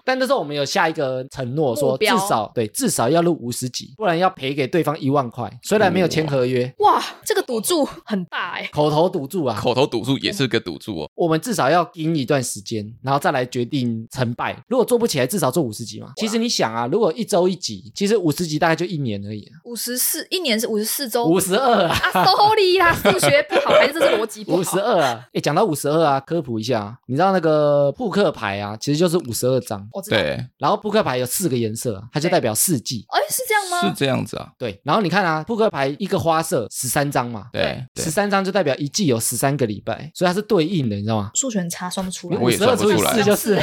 Speaker 1: 但那时候我们有下一个承诺，
Speaker 2: 目
Speaker 1: 说至
Speaker 2: 标
Speaker 1: 少对至少要录五十集，不然要赔给对方一万块。虽然没有签合约，
Speaker 2: 哇，这个赌注很大哎、
Speaker 1: 口头赌注啊，
Speaker 3: 口头赌注也是个赌注哦，
Speaker 1: 我们至少要盯一段时间，然后再来决定成败。如果做不起来，至少做五十集嘛。其实你想啊，如果一周一集，其实五十集大概就一年而已啊，
Speaker 2: 五十四一年是五十四周，
Speaker 1: 52啊
Speaker 2: 啊，sorry 啦，数学不好还是这是逻辑不好？
Speaker 1: 五十二啊。哎，讲到五十二啊，科普一下啊，你知道那个扑克牌啊，其实就是五十二张，
Speaker 2: 我知道，哎，
Speaker 3: 对，
Speaker 1: 然后扑克牌有四个颜色啊，它就
Speaker 2: 对
Speaker 1: 代表四季。
Speaker 2: 哎是这样
Speaker 3: 是
Speaker 2: 吗？
Speaker 3: 这样子啊，
Speaker 1: 对，然后你看啊，扑克牌一个花色十三张嘛，
Speaker 3: 对，对
Speaker 1: 十三张就代表一季有十三个礼拜，所以它是对应的，你知道吗？
Speaker 2: 数学很差，算不出来。
Speaker 3: 我也
Speaker 1: 52
Speaker 3: 算不
Speaker 1: 除以
Speaker 3: 出来 [laughs]
Speaker 1: 四 [laughs] 就是，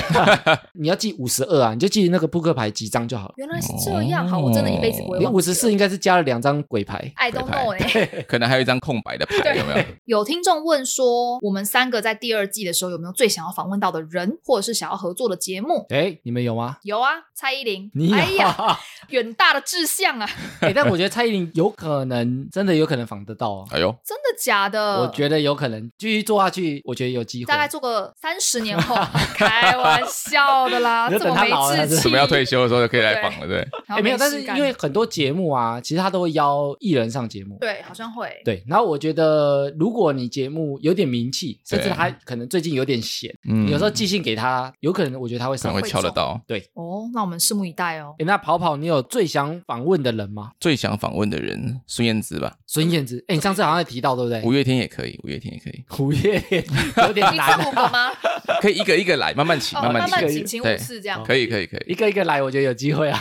Speaker 1: 你要记五十二啊，你就记那个扑克牌几张就好了。
Speaker 2: 原来是这样，好，我真的一辈子不会
Speaker 1: 哦你
Speaker 2: 忘记。
Speaker 1: 五十四应该是加了两张鬼牌，
Speaker 2: I don't know 哎、
Speaker 3: 可能还有一张空白的牌，有没有？
Speaker 2: [laughs] 有听众问说，我们三个在第二季的时候有没有最想要访问到的人，或者是想要合作的节目？
Speaker 1: 哎，你们有吗？
Speaker 2: 有啊，蔡依林。
Speaker 1: 你有、
Speaker 2: 哎
Speaker 1: [laughs]
Speaker 2: 呀，远大的志向啊，
Speaker 1: 哎但我觉得蔡依林有可能，真的有可能仿得到哦。
Speaker 3: 哎呦，
Speaker 2: 真的假的？
Speaker 1: 我觉得有可能，继续做下去，我觉得有机会。
Speaker 2: 呃大概做个三十年后，开玩笑的啦，
Speaker 1: 你就
Speaker 2: 这么
Speaker 1: 等他
Speaker 2: 没
Speaker 1: 老了
Speaker 2: 志气，
Speaker 1: 是
Speaker 3: 准备要退休的时候就可以来访了，对。
Speaker 1: 哎
Speaker 2: 然后
Speaker 1: 没有，
Speaker 2: 事
Speaker 1: 但是
Speaker 2: 干
Speaker 1: 因为很多节目啊，其实他都会邀艺人上节目。
Speaker 2: 对，好像会，
Speaker 1: 对，然后我觉得，如果你节目有点名气，甚至
Speaker 3: 对
Speaker 1: 他可能最近有点闲，
Speaker 3: 嗯
Speaker 1: 你有时候寄信给他，有可能我觉得他会
Speaker 3: 可
Speaker 1: 上
Speaker 3: 能。会敲得到。
Speaker 2: 哦，那我们拭目以待
Speaker 1: [laughs]
Speaker 2: 哦。
Speaker 1: 诶那跑跑，你有最想访问的人吗？
Speaker 3: 最想访问的人孙燕姿吧，
Speaker 1: 孙燕姿，哎，你上次好像也提到，对不对？ [laughs]
Speaker 3: 五月天也可以，五月天也可以，
Speaker 1: 五月有点
Speaker 2: [laughs] 你
Speaker 1: 难
Speaker 2: 这五个
Speaker 1: 啊，
Speaker 2: 吗？
Speaker 3: 可以一个一个来，慢慢
Speaker 2: [laughs]
Speaker 3: 请，
Speaker 2: 哦，
Speaker 3: 慢
Speaker 2: 慢
Speaker 1: 慢
Speaker 3: 请，
Speaker 1: 请
Speaker 2: 请，请
Speaker 3: 对
Speaker 2: 五次这样。
Speaker 3: 可以，可以，可以。
Speaker 1: 一个一个来，我觉得有机会
Speaker 3: [laughs]
Speaker 1: 啊，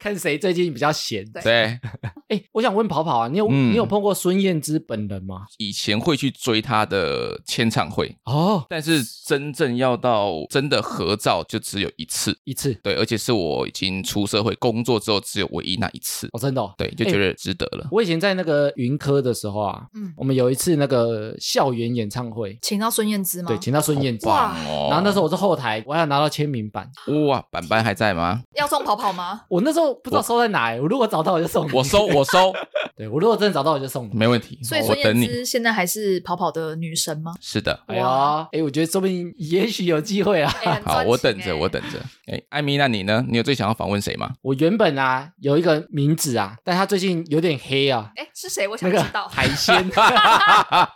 Speaker 1: 看谁最近比较闲。
Speaker 2: 对
Speaker 3: 对，
Speaker 1: 哎，我想问跑跑啊，你有
Speaker 3: 嗯
Speaker 1: 你有碰过孙燕姿本人吗？
Speaker 3: 以前会去追她的签唱会，
Speaker 1: 哦，
Speaker 3: 但是真正要到真的合照就只有一次，
Speaker 1: 一次，
Speaker 3: 对，而且是我已经出社会工作之后只有唯一那一次，
Speaker 1: 哦，真的哦。
Speaker 3: 对，就觉得值得了。
Speaker 1: 我以前在那个云科的时候啊，
Speaker 2: 嗯
Speaker 1: 我们有一次那个校园演唱会，
Speaker 2: 请到孙燕姿吗？
Speaker 1: 对，请到孙燕姿。
Speaker 3: 棒
Speaker 2: 哇
Speaker 3: 哦！
Speaker 1: 然后那时候我是后台，我还要拿到签名版。
Speaker 3: 哇，板板还在吗？
Speaker 2: 要送跑跑吗？
Speaker 1: [laughs] 我那时候不知道收在哪、欸，我如果找到我就送你。
Speaker 3: 我收，我收，
Speaker 1: [laughs] 对我如果真的找到我就送你。
Speaker 3: 没问题
Speaker 2: 所以，
Speaker 3: 我
Speaker 2: 孙
Speaker 3: 等
Speaker 2: 燕
Speaker 3: 你。
Speaker 2: 姿现在还是跑跑的女神吗？
Speaker 3: 是的，
Speaker 1: 哎呀，哎、我觉得说不定也许有机会啊。
Speaker 2: [laughs] 哎很
Speaker 3: 好，
Speaker 2: 专
Speaker 3: 我
Speaker 2: 情
Speaker 3: 等着，
Speaker 2: 哎
Speaker 3: 我等着。哎，艾米，那你呢？你有最想要访问谁吗？
Speaker 1: 我原本啊有一个名字啊，但他最近有点黑啊，
Speaker 2: 哎，是谁？我
Speaker 1: 那
Speaker 2: 想
Speaker 1: 个
Speaker 2: 知道。
Speaker 1: 海
Speaker 3: [laughs]
Speaker 1: 鲜。 [laughs]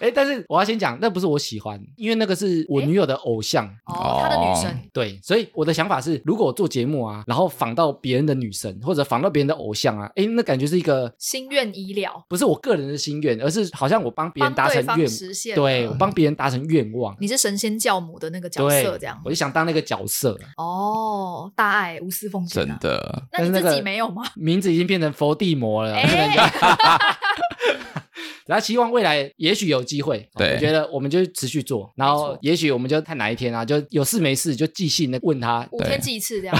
Speaker 1: 哎、但是我要先讲，那不是我喜欢，因为那个是我女友的偶像。
Speaker 2: 哦，她的女神，
Speaker 1: 对，所以我的想法是，如果我做节目啊，然后仿到别人的女神或者仿到别人的偶像啊，哎，那感觉是一个
Speaker 2: 心愿已了，
Speaker 1: 不是我个人的心愿，而是好像我帮别人达
Speaker 2: 帮对
Speaker 1: 成
Speaker 2: 方
Speaker 1: 愿，
Speaker 2: 实现。
Speaker 1: 对我，帮别人达成愿望，
Speaker 2: 你是神仙教母的那个角
Speaker 1: 对
Speaker 2: 色，这样
Speaker 1: 我。就想当那个角色，
Speaker 2: 哦，大爱无私奉献
Speaker 3: 真
Speaker 2: 啊。
Speaker 3: 的，
Speaker 2: 那你
Speaker 1: 但是那
Speaker 2: 自
Speaker 1: 个
Speaker 2: 己
Speaker 1: 哎
Speaker 2: 没有
Speaker 1: [laughs]
Speaker 2: 吗？
Speaker 1: 名字已经变成佛地魔了，不
Speaker 2: 哎
Speaker 1: 能叫 [laughs] 然后希望未来也许有机会，
Speaker 3: 对
Speaker 1: 我觉得我们就持续做，然后也许我们就看哪一天啊，就有事没事就寄信那问他，
Speaker 2: 五天记一次这样，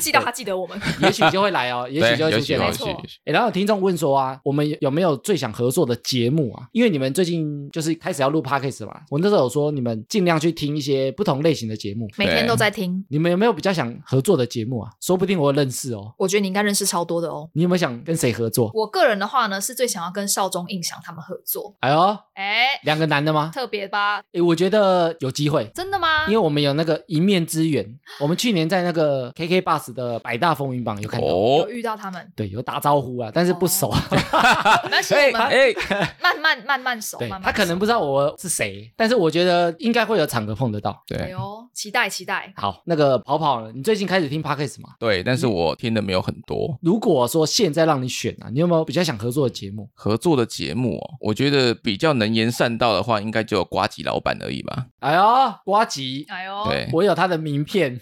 Speaker 2: 记到他记得我们。
Speaker 1: 也许就会来
Speaker 3: [laughs]
Speaker 1: 哦，也许
Speaker 3: 对，
Speaker 1: 就会
Speaker 3: 有
Speaker 1: 出
Speaker 3: 许
Speaker 1: 现
Speaker 2: 没
Speaker 1: 哦
Speaker 3: 有
Speaker 2: 错
Speaker 3: 许，有许
Speaker 1: 诶然后有听众问说啊，我们有没有最想合作的节目啊？因为你们最近就是开始要录 podcast 嘛，我那时候有说你们尽量去听一些不同类型的节目，
Speaker 2: 每天都在听。
Speaker 1: 你们有没有比较想合作的节目啊？说不定我认识哦。
Speaker 2: 我觉得你应该认识超多的哦。
Speaker 1: 你有没有想跟谁合作？
Speaker 2: 我个人的话呢，是最想要跟少中印象他们合作。
Speaker 1: 哎呦，
Speaker 2: 哎，
Speaker 1: 两个男的
Speaker 2: [laughs]
Speaker 1: 吗？
Speaker 2: 特别吧？
Speaker 1: 诶，我觉得有机会。
Speaker 2: 真的吗？
Speaker 1: 因为我们有那个一面之缘，我们去年在那个
Speaker 2: [laughs]
Speaker 1: KK Bus 的百大风云榜有看到，
Speaker 2: 有
Speaker 3: 哦，
Speaker 2: 遇到他们，
Speaker 1: 对，有打招呼啊，但是
Speaker 2: 哦
Speaker 1: 不熟。
Speaker 2: [laughs] 那是
Speaker 3: 哎
Speaker 2: 我们
Speaker 3: 哎，
Speaker 2: 慢慢慢慢熟，
Speaker 1: 啊对
Speaker 2: 慢慢
Speaker 1: 他可能不知道我是谁，但是我觉得应该会有场合碰得到。
Speaker 2: 熟哎
Speaker 3: 对
Speaker 2: 呦，期待期待。
Speaker 1: 好，那个跑跑，你最近开始听 podcast 吗？
Speaker 3: 对，但是我听的没有很多。
Speaker 1: 如果说现在让你选啊，你有没有比较想合作的节目？
Speaker 3: 合作的节目哦，我觉得比较能言善道的话，应该只有瓜吉老板而已吧。
Speaker 1: 哎呦，瓜
Speaker 2: [laughs]
Speaker 1: 吉，
Speaker 2: 哎呦，
Speaker 3: 对，
Speaker 1: 我有他的名片，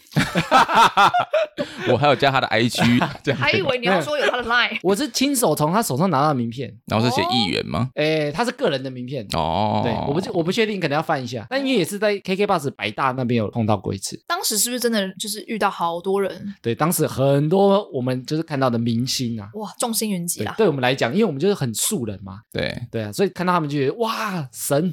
Speaker 3: 我还有加他的
Speaker 2: [laughs]
Speaker 3: IG，这样
Speaker 2: 还以为你要说有他的 line
Speaker 1: 我是亲手从他手上拿到的名片。
Speaker 3: 然后
Speaker 2: 哦
Speaker 3: 是写议员吗？
Speaker 1: 哎，他是个人的名片。
Speaker 3: 哦，
Speaker 1: 对，我不我不确定，可能要翻一下。但因为也是在 KK Bus 百大那边有碰到过一次。
Speaker 2: 当时是不是真的就是遇到好多人
Speaker 1: 对，当时很多我们就是看到的明星啊，
Speaker 2: 哇，众星云集
Speaker 1: 对
Speaker 2: 啦，。
Speaker 1: 对我们来讲，因为我们就是很素人嘛，
Speaker 3: 对，
Speaker 1: 对啊，所以看到他们就觉得哇
Speaker 3: [laughs]
Speaker 1: 神，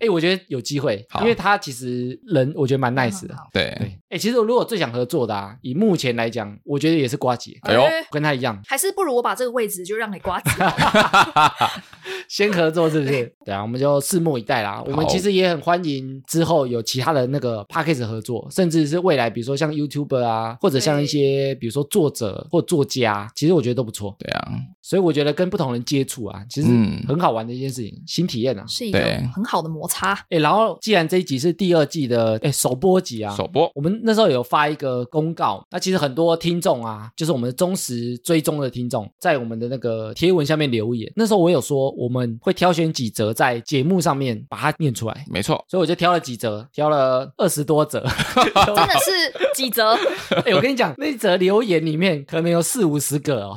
Speaker 1: 哎、我觉得有机会，
Speaker 3: 好嗯
Speaker 1: 因为他其实人我觉得蛮 nice 的。
Speaker 2: 好
Speaker 1: 对，
Speaker 3: 对，
Speaker 1: 哎、其实我如果最想合作的啊，以目前来讲，我觉得也是瓜姐，
Speaker 3: 哎呦
Speaker 1: 跟他一样，
Speaker 2: 还是不如我把这个位置就让给瓜子，
Speaker 1: 先合作是不是？对啊，我们就拭目以待啦。我们其实也很欢迎之后有其他的那个 p a c k a g e 合作，甚至是未来比如说像 YouTuber 啊，或者像一些比如说作者或作家，其实我觉得都不错。
Speaker 3: 对啊，
Speaker 1: 所以我觉得跟不同人接触啊，其实
Speaker 3: 嗯
Speaker 1: 很好玩的一件事情，新体验啊。
Speaker 2: 是一个
Speaker 3: 对
Speaker 2: 很好的摩擦。
Speaker 1: 哎，然后既然这一集是第二季的哎首播集啊，
Speaker 3: 首播
Speaker 1: 我们那时候有发一个公告，那其实很多听众啊，就是我们忠实追踪的听众，在我们的那个贴文下面留言。那时候我有说我们会挑选几则在节目上面把它念出来，
Speaker 3: 没错，
Speaker 1: 所以我就挑了几则，挑了二十多
Speaker 2: [laughs]
Speaker 1: 则。
Speaker 2: 真的是几折
Speaker 1: 哎，我跟你讲，那一则留言里面可能有四五十个哦，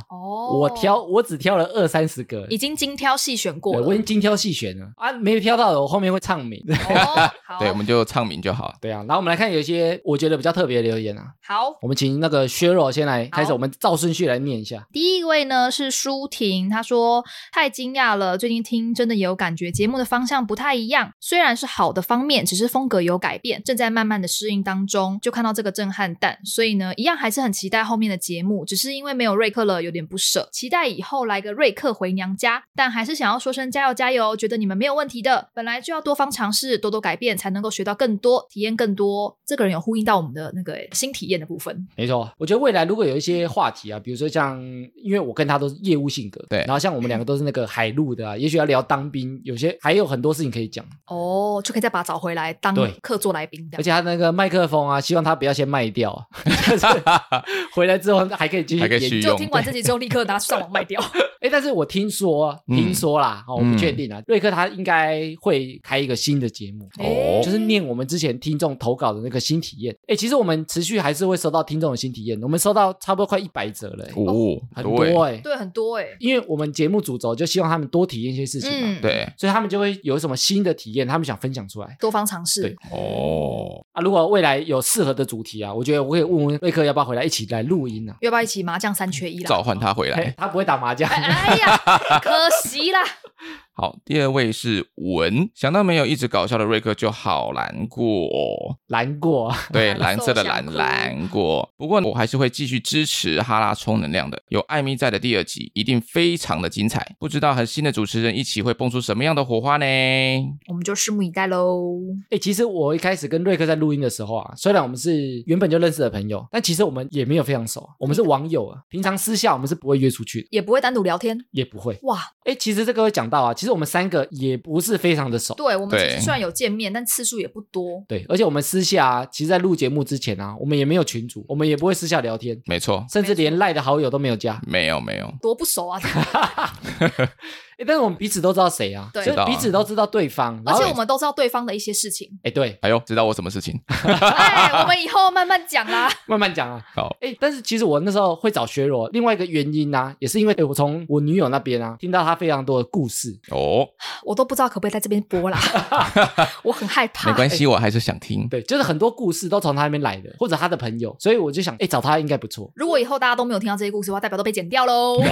Speaker 1: [laughs]
Speaker 2: 哦！
Speaker 1: 我挑我只挑了二三十个。
Speaker 2: 已经精挑细选过
Speaker 1: 对
Speaker 2: 了，
Speaker 1: 我已经精挑细选了啊，没有挑到的，我后面会唱名。 [laughs]
Speaker 2: 哦，好，
Speaker 3: 对，我们就唱名就好。
Speaker 1: 对啊，然后我们来看有一些我觉得比较特别的留言啊，
Speaker 2: 好。
Speaker 1: 我们请那个薛若先来开始，
Speaker 2: 好
Speaker 1: 我们照顺序来念一下。
Speaker 2: 第一位呢是舒婷，她说太惊讶了，最近听真的也有感觉节目的方向不太一样，虽然是好的方面，只是风格有改变，正在慢慢的适应当中，就看到这个震撼弹，所以呢，一样还是很期待后面的节目，只是因为没有瑞克了，有点不舍，期待以后来个瑞克回娘家，但还是想要说声加油加油，觉得你们没有问题的，本来就要多方尝试，多多改变，才能够学到更多，体验更多。这个人有呼应到我们的那个诶新体验的部分，
Speaker 1: 没错，我觉得未来如果有一些话题啊，比如说像，因为我跟他都是业务性格，
Speaker 3: 对嗯
Speaker 1: 然后像我们两个都是那个海陆的啊，也许要聊当兵，有些还有很多事情可以讲，
Speaker 2: 哦，就可以再把他找回来当
Speaker 1: 对
Speaker 2: 客座来宾这
Speaker 1: 而
Speaker 2: 样。
Speaker 1: 且他那个麦克风啊，希望他不要先卖掉
Speaker 3: [laughs]
Speaker 1: 啊，就是回来之后还可以继续
Speaker 3: 还可以
Speaker 1: 研
Speaker 3: 续
Speaker 1: 究。
Speaker 2: 就
Speaker 3: 用
Speaker 2: 听完这集之后，立刻拿上网卖
Speaker 3: [laughs]
Speaker 2: 掉。
Speaker 1: 哎，但是我听说，啊
Speaker 3: 嗯
Speaker 1: 听说啦，哦，我不确定啊，瑞克他应该会开一个新的节目。
Speaker 3: 哦
Speaker 1: 就是念我们之前听众投稿的那个新体验，哎，其实我们持续还是会收到听众的新体验，我们收到差不多快一百则了，诶
Speaker 3: 哦，
Speaker 1: 很
Speaker 3: 对
Speaker 1: 多哎、
Speaker 2: 对很多哎、
Speaker 1: 因为我们节目主轴就希望他们多体验一些事情嘛，
Speaker 2: 嗯，，
Speaker 3: 对
Speaker 1: 所以他们就会有什么新的体验，他们想分享出来
Speaker 2: 多方尝试
Speaker 1: 对。
Speaker 3: 哦，
Speaker 1: 啊。如果未来有适合的主题啊，我觉得我可以问问瑞克要不要回来一起来录音啊。
Speaker 2: 要不要一起麻将三缺一啦
Speaker 3: 召？唤他回
Speaker 1: 嘿
Speaker 3: 来。
Speaker 1: 他不会打麻将，
Speaker 2: 哎哎呀， [laughs] 可惜啦！
Speaker 3: 好，第二位是文，想到没有一直搞笑的瑞克就好难过哦。
Speaker 1: [laughs] 难过。啊
Speaker 3: 对，
Speaker 2: 蓝
Speaker 3: 蓝
Speaker 2: 色
Speaker 3: 色的
Speaker 2: 想
Speaker 3: 蓝
Speaker 2: 哭
Speaker 3: 蓝过。不过我还是会继续支持哈拉充能量的。有艾米在的第二集一定非常的精彩，不知道和新的主持人一起会蹦出什么样的火花呢？
Speaker 2: 我们就拭目以待喽。
Speaker 1: 哎、其实我一开始跟瑞克在录音的时候啊，虽然我们是原本就认识的朋友，但其实我们也没有非常熟，我们是网友啊。平常私下我们是不会约出去的，
Speaker 2: 也不会单独聊天。
Speaker 1: 也不会。
Speaker 2: 哇，
Speaker 1: 哎、其实这个会讲到啊，其实我们三个也不是非常的熟，
Speaker 2: 对我们其
Speaker 3: 对
Speaker 2: 实虽然有见面，但次数也不多。
Speaker 1: 对，而且我们私下、啊，其实，在录节目之前啊，我们也没有群主，我们也不会私下聊天，
Speaker 3: 没错，
Speaker 1: 甚至连赖的好友都没有加。
Speaker 3: 没有没有，
Speaker 2: 多不熟啊！
Speaker 1: 哎，但是我们彼此都知道谁啊，
Speaker 2: 对
Speaker 1: 所
Speaker 3: 知
Speaker 1: 以
Speaker 3: 道啊
Speaker 1: 彼此都知道对方。
Speaker 2: 而
Speaker 1: 然后，
Speaker 2: 且我们都知道对方的一些事情
Speaker 1: [laughs] 哎，对，
Speaker 3: 哎呦，知道我什么事情？
Speaker 2: 哎，我们以后慢慢讲啦。
Speaker 1: 慢慢讲啊。
Speaker 3: 好，
Speaker 1: 哎，但是其实我那时候会找薛罗，另外一个原因呢、啊，也是因为哎，我从我女友那边啊，听到她非常多的故事。
Speaker 3: 哦，
Speaker 2: 我都不知道可不可以在这边播啦，我很害怕。
Speaker 3: [laughs] 没关系，我还是想听。
Speaker 1: 对，就是很多故事都从她那边来的，或者她的朋友，所以我就想，哎，找她应该不错。
Speaker 2: 如果以后大家都没有听到这些故事的话，代表都被剪掉喽，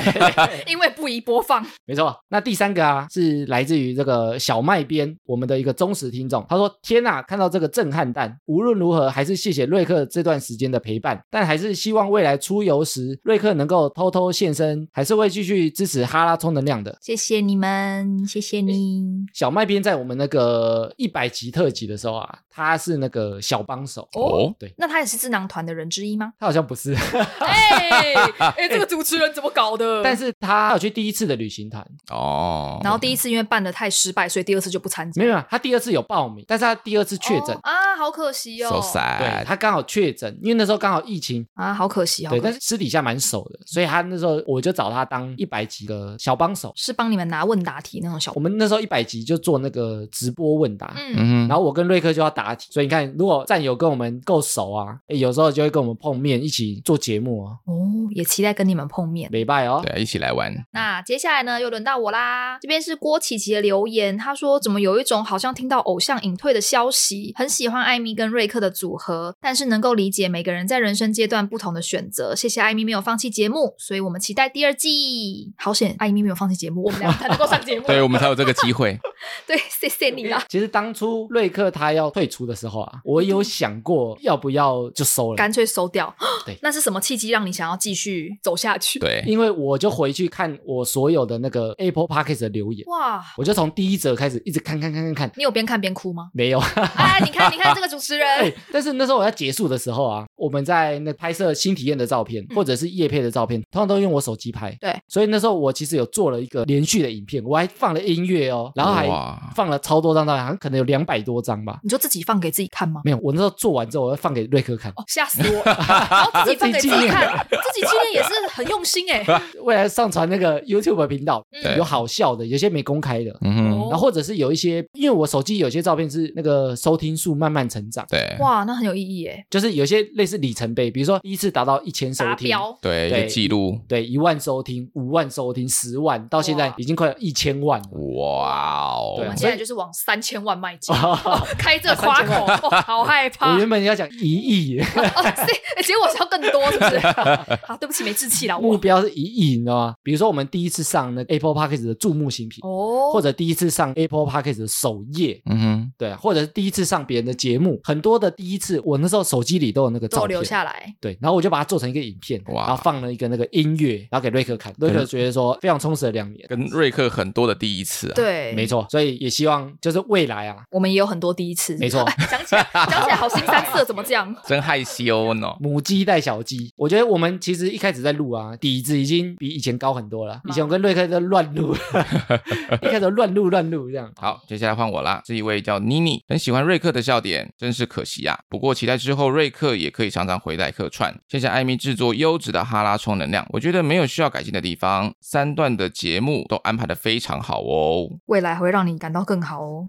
Speaker 2: 因为不宜播放。
Speaker 1: 没错，那第三个啊，是来自于这个小麦边我们的一个忠实听众，他说：“天呐，看到这个震撼弹，无论如何还是谢谢瑞克这段时间的陪伴，但还是希望未来出游时，瑞克能够偷偷现身，还是会继续支持哈拉充能量的。”
Speaker 2: 谢谢你们，谢谢你。
Speaker 1: 小麦边在我们那个一百集特辑的时候啊，他是那个小帮手，
Speaker 3: 哦，
Speaker 2: 那他也是智囊团的人之一吗？
Speaker 1: 他好像不是，
Speaker 2: [laughs] 哎哎， [laughs] 这个主持人怎么搞的
Speaker 1: 但是他有去第一次的旅行团，
Speaker 3: 哦，
Speaker 2: 然后第一次因为办的太失败，所以第二次就不参加。
Speaker 1: 没有，没有他第二次有报名，但是他第二次确诊。
Speaker 2: 哦啊，好可惜
Speaker 3: so
Speaker 2: 哦，
Speaker 1: 对
Speaker 3: sad，
Speaker 1: 他刚好确诊，因为那时候刚好疫情
Speaker 2: 啊，好可惜，好
Speaker 1: 对，
Speaker 2: 可
Speaker 1: 但
Speaker 2: 惜
Speaker 1: 是。私底下蛮熟的，所以他那时候我就找他当一百集的小帮手。
Speaker 2: 是帮你们拿问答题那种小
Speaker 1: 我，们那时候一百集就做那个直播问答，
Speaker 2: 嗯，
Speaker 3: 嗯
Speaker 1: 然
Speaker 3: 哼，
Speaker 1: 后我跟瑞克就要答题，所以你看，如果战友跟我们够熟啊，诶有时候就会跟我们碰面一起做节目哦，
Speaker 2: 哦，也期待跟你们碰面。
Speaker 1: 礼拜哦。
Speaker 3: 对，一起来玩。
Speaker 2: 那接下来呢，又轮到我啦。这边是郭琪琪的留言，他说：“怎么有一种好像听到偶像隐退的消息？很喜欢艾米跟瑞克的组合，但是能够理解每个人在人生阶段不同的选择。谢谢艾米没有放弃节目，所以我们期待第二季。好险，艾米没有放弃节目，我们俩才能够上节目。
Speaker 3: [laughs] 对我们才有这个机会，
Speaker 2: 对，谢谢你啦，
Speaker 1: 其实当初瑞克他要退出的时候啊，我有想过要不要就收了，
Speaker 2: 干脆收掉。
Speaker 1: 对
Speaker 2: [gasps] 那是什么契机让你想要继续走下去？
Speaker 3: 对，
Speaker 1: 因为我就回去看我所有的那个 Apple Podcast 的留言，
Speaker 2: 哇，
Speaker 1: 我就从第一则开始一直看看看看看，
Speaker 2: 你有边看边哭吗？ [laughs]
Speaker 1: 没有。啊
Speaker 2: 哎，你看，你看这个主持人，
Speaker 1: 哎，但是那时候我要结束的时候啊，我们在那拍摄新体验的照片，
Speaker 2: 嗯
Speaker 1: 或者是夜配的照片，通常都用我手机拍。
Speaker 2: 对，
Speaker 1: 所以那时候我其实有做了一个连续的影片，我还放了音乐哦，然后还
Speaker 3: 哇
Speaker 1: 放了超多张照片，好像可能有两百多张吧。
Speaker 2: 你就自己放给自己看吗？
Speaker 1: 没有，我那时候做完之后，我要放给瑞克看。
Speaker 2: 哦，吓死我！ [laughs] 然后自己放给自
Speaker 1: 自己纪
Speaker 2: 己
Speaker 1: 念
Speaker 2: 看， [laughs] 自己纪念也是很用心哎。
Speaker 1: 未来上传那个 YouTube 频道，
Speaker 2: 嗯
Speaker 1: 有好笑的，有些没公开的，
Speaker 3: 嗯哼，
Speaker 2: 哦
Speaker 1: 然后或者是有一些，因为我手机有些照片是那个收听数慢慢成长，
Speaker 2: [laughs]
Speaker 3: 对
Speaker 2: 哇，那很有意义哎，
Speaker 1: 就是有些类似里程碑，比如说第一次达到一千收
Speaker 2: 达
Speaker 1: 听，
Speaker 2: 标。
Speaker 3: 对，一
Speaker 1: 对
Speaker 3: 个记录，
Speaker 1: 对，一万收听、五万收听、十万，到现在
Speaker 2: 哇
Speaker 1: 已经快有一千万了。
Speaker 3: 哇
Speaker 2: 我
Speaker 3: 哦
Speaker 2: 们
Speaker 1: 对，啊
Speaker 2: 现在就是往三千万迈进，
Speaker 1: 哦
Speaker 2: 开这夸口，
Speaker 1: [laughs]
Speaker 2: 哦 [laughs] 好害怕。
Speaker 1: 我
Speaker 2: 哦，
Speaker 1: 原本要讲一亿，
Speaker 2: 是结果是要更多，是不
Speaker 1: [laughs]
Speaker 2: 是？好，对不起，没志气 [laughs] 了，
Speaker 1: 目
Speaker 2: 我。
Speaker 1: 标是一亿，你知道吗？比如说我们第一次上那 Apple Podcast 的注目新品，
Speaker 2: 哦，
Speaker 1: 或者第一次上 Apple Podcast 的首页，
Speaker 3: 嗯哼，
Speaker 1: 对，啊或者是第一次上别人的节目，很多的第一次，我那时候手机里都有那个
Speaker 2: 都
Speaker 1: 照
Speaker 2: 有
Speaker 1: 片
Speaker 2: 留，下来。
Speaker 1: 对，然后我就把它做成一个影片，
Speaker 3: 哇
Speaker 1: 然后放了一个那个音乐，然后给瑞克看，瑞克觉得说非常充实的两年，
Speaker 3: 跟瑞克很多的第一次啊，
Speaker 2: 对，
Speaker 1: 没。错，所以也希望就是未来啊，
Speaker 2: 我们也有很多第一次，
Speaker 1: 没错
Speaker 2: 想起来，想起来好心 [laughs] 酸涩，怎么这样？
Speaker 3: 真害羞哦呢。
Speaker 1: 母鸡带小鸡，我觉得我们其实一开始在录啊，底子已经比以前高很多了。以前我跟瑞克在乱录，
Speaker 2: [laughs]
Speaker 1: 一开始都乱录乱录这样。
Speaker 3: 好，接下来换我啦。这一位叫妮妮，很喜欢瑞克的笑点，真是可惜啊。不过期待之后瑞克也可以常常回来客串，谢谢艾米制作优质的哈拉充能量。我觉得没有需要改进的地方，三段的节目都安排的非常好哦。
Speaker 2: 未来会让你感到更好哦。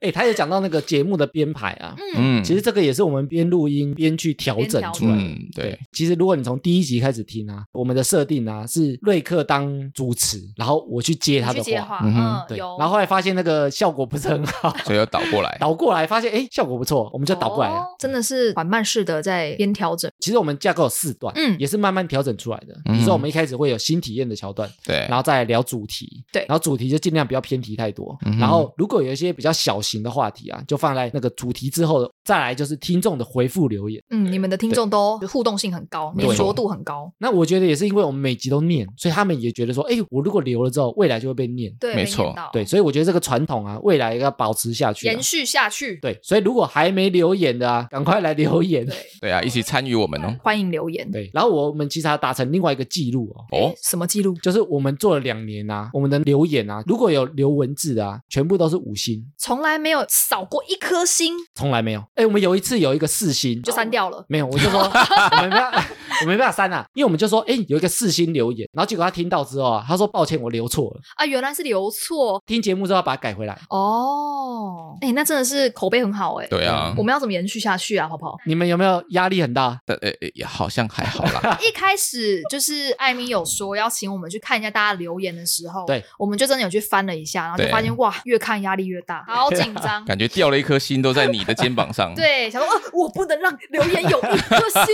Speaker 1: 哎、他有讲到那个节目的编排啊，
Speaker 2: 嗯，
Speaker 3: 嗯，
Speaker 1: 其实这个也是我们边录音边去调整出来的。
Speaker 3: 嗯对，
Speaker 1: 其实如果你从第一集开始听啊，我们的设定啊是瑞克当主持，然后我去接他
Speaker 2: 你去
Speaker 1: 的
Speaker 2: 接
Speaker 1: 话，
Speaker 2: 话，
Speaker 3: 嗯哼
Speaker 2: 嗯，
Speaker 1: 对，
Speaker 2: 有。
Speaker 1: 然后后来发现那个效果不是很
Speaker 2: [laughs]
Speaker 1: 好，
Speaker 3: 所以要倒过来。
Speaker 1: [laughs] 倒过来发现哎、诶效果不错，我们就倒过来了。
Speaker 2: 哦真的是缓慢式的在边调整。
Speaker 1: 其实我们架构有四段，
Speaker 2: 嗯
Speaker 1: 也是慢慢调整出来的。比如说我们一开始会有新体验的桥段，
Speaker 3: 对，
Speaker 1: 然后再来聊主题，
Speaker 2: 对
Speaker 1: 然后主题就尽量不要偏题太多。
Speaker 3: 嗯哼
Speaker 1: 然后如果有一些比较小型的话题啊，就放在那个主题之后，再来就是听众的回复留言。
Speaker 2: 嗯，你们的听众都互动性很高，
Speaker 3: 没错
Speaker 2: 粘着度很高。
Speaker 1: 那我觉得也是因为我们每集都念，所以他们也觉得说，哎，我如果留了之后，未来就会被念。
Speaker 2: 对，
Speaker 3: 没
Speaker 2: 念
Speaker 3: 错
Speaker 2: 到
Speaker 1: 对，所以我觉得这个传统啊，未来要保持下去啊、
Speaker 2: 哦延续下去。
Speaker 1: 对，所以如果还没留言的啊，赶快来留言。
Speaker 2: 对，
Speaker 3: 对啊，一起参与我们哦。
Speaker 2: 欢迎留言。
Speaker 1: 对，然后我们其实还达成另外一个记录哦，
Speaker 3: 哦，
Speaker 2: 什么记录？
Speaker 1: 就是我们做了两年啊，我们的留言啊，如果有留文字的啊，全部都是五星，
Speaker 2: 从来没有少过一颗星，
Speaker 1: 从来没有。哎，我们有一次有一个四星，
Speaker 2: 就删
Speaker 3: 哦
Speaker 2: 掉了。
Speaker 1: 没有，我就
Speaker 2: [laughs]
Speaker 1: 说我没办法，我没办法删啊，因为我们就说，哎，有一个四星留言，然后结果他听到之后啊，他说抱歉，我留错了，
Speaker 2: 啊，原来是留错
Speaker 1: 听节目之后要把它改回来。
Speaker 2: 哦。哎、那真的是口碑很好哎、
Speaker 3: 对啊
Speaker 2: 我，们要怎么延续下去啊，泡泡？ [laughs]
Speaker 1: 你们有没有压力很大？
Speaker 3: 但呃呃也好像还好
Speaker 1: [laughs]
Speaker 3: 啦。
Speaker 2: 一开始就是艾米有说要请我们去看一下大家留言的时候，
Speaker 1: 对，
Speaker 2: 我们就真的有去翻了一下，然后就
Speaker 3: 对
Speaker 2: 发现哇，越看压力越大，好紧
Speaker 3: [laughs]
Speaker 2: 张。
Speaker 3: 感觉掉了一颗心都在你的肩膀上。，
Speaker 2: [laughs] 对，想说、呃、我不能让留言有一颗星，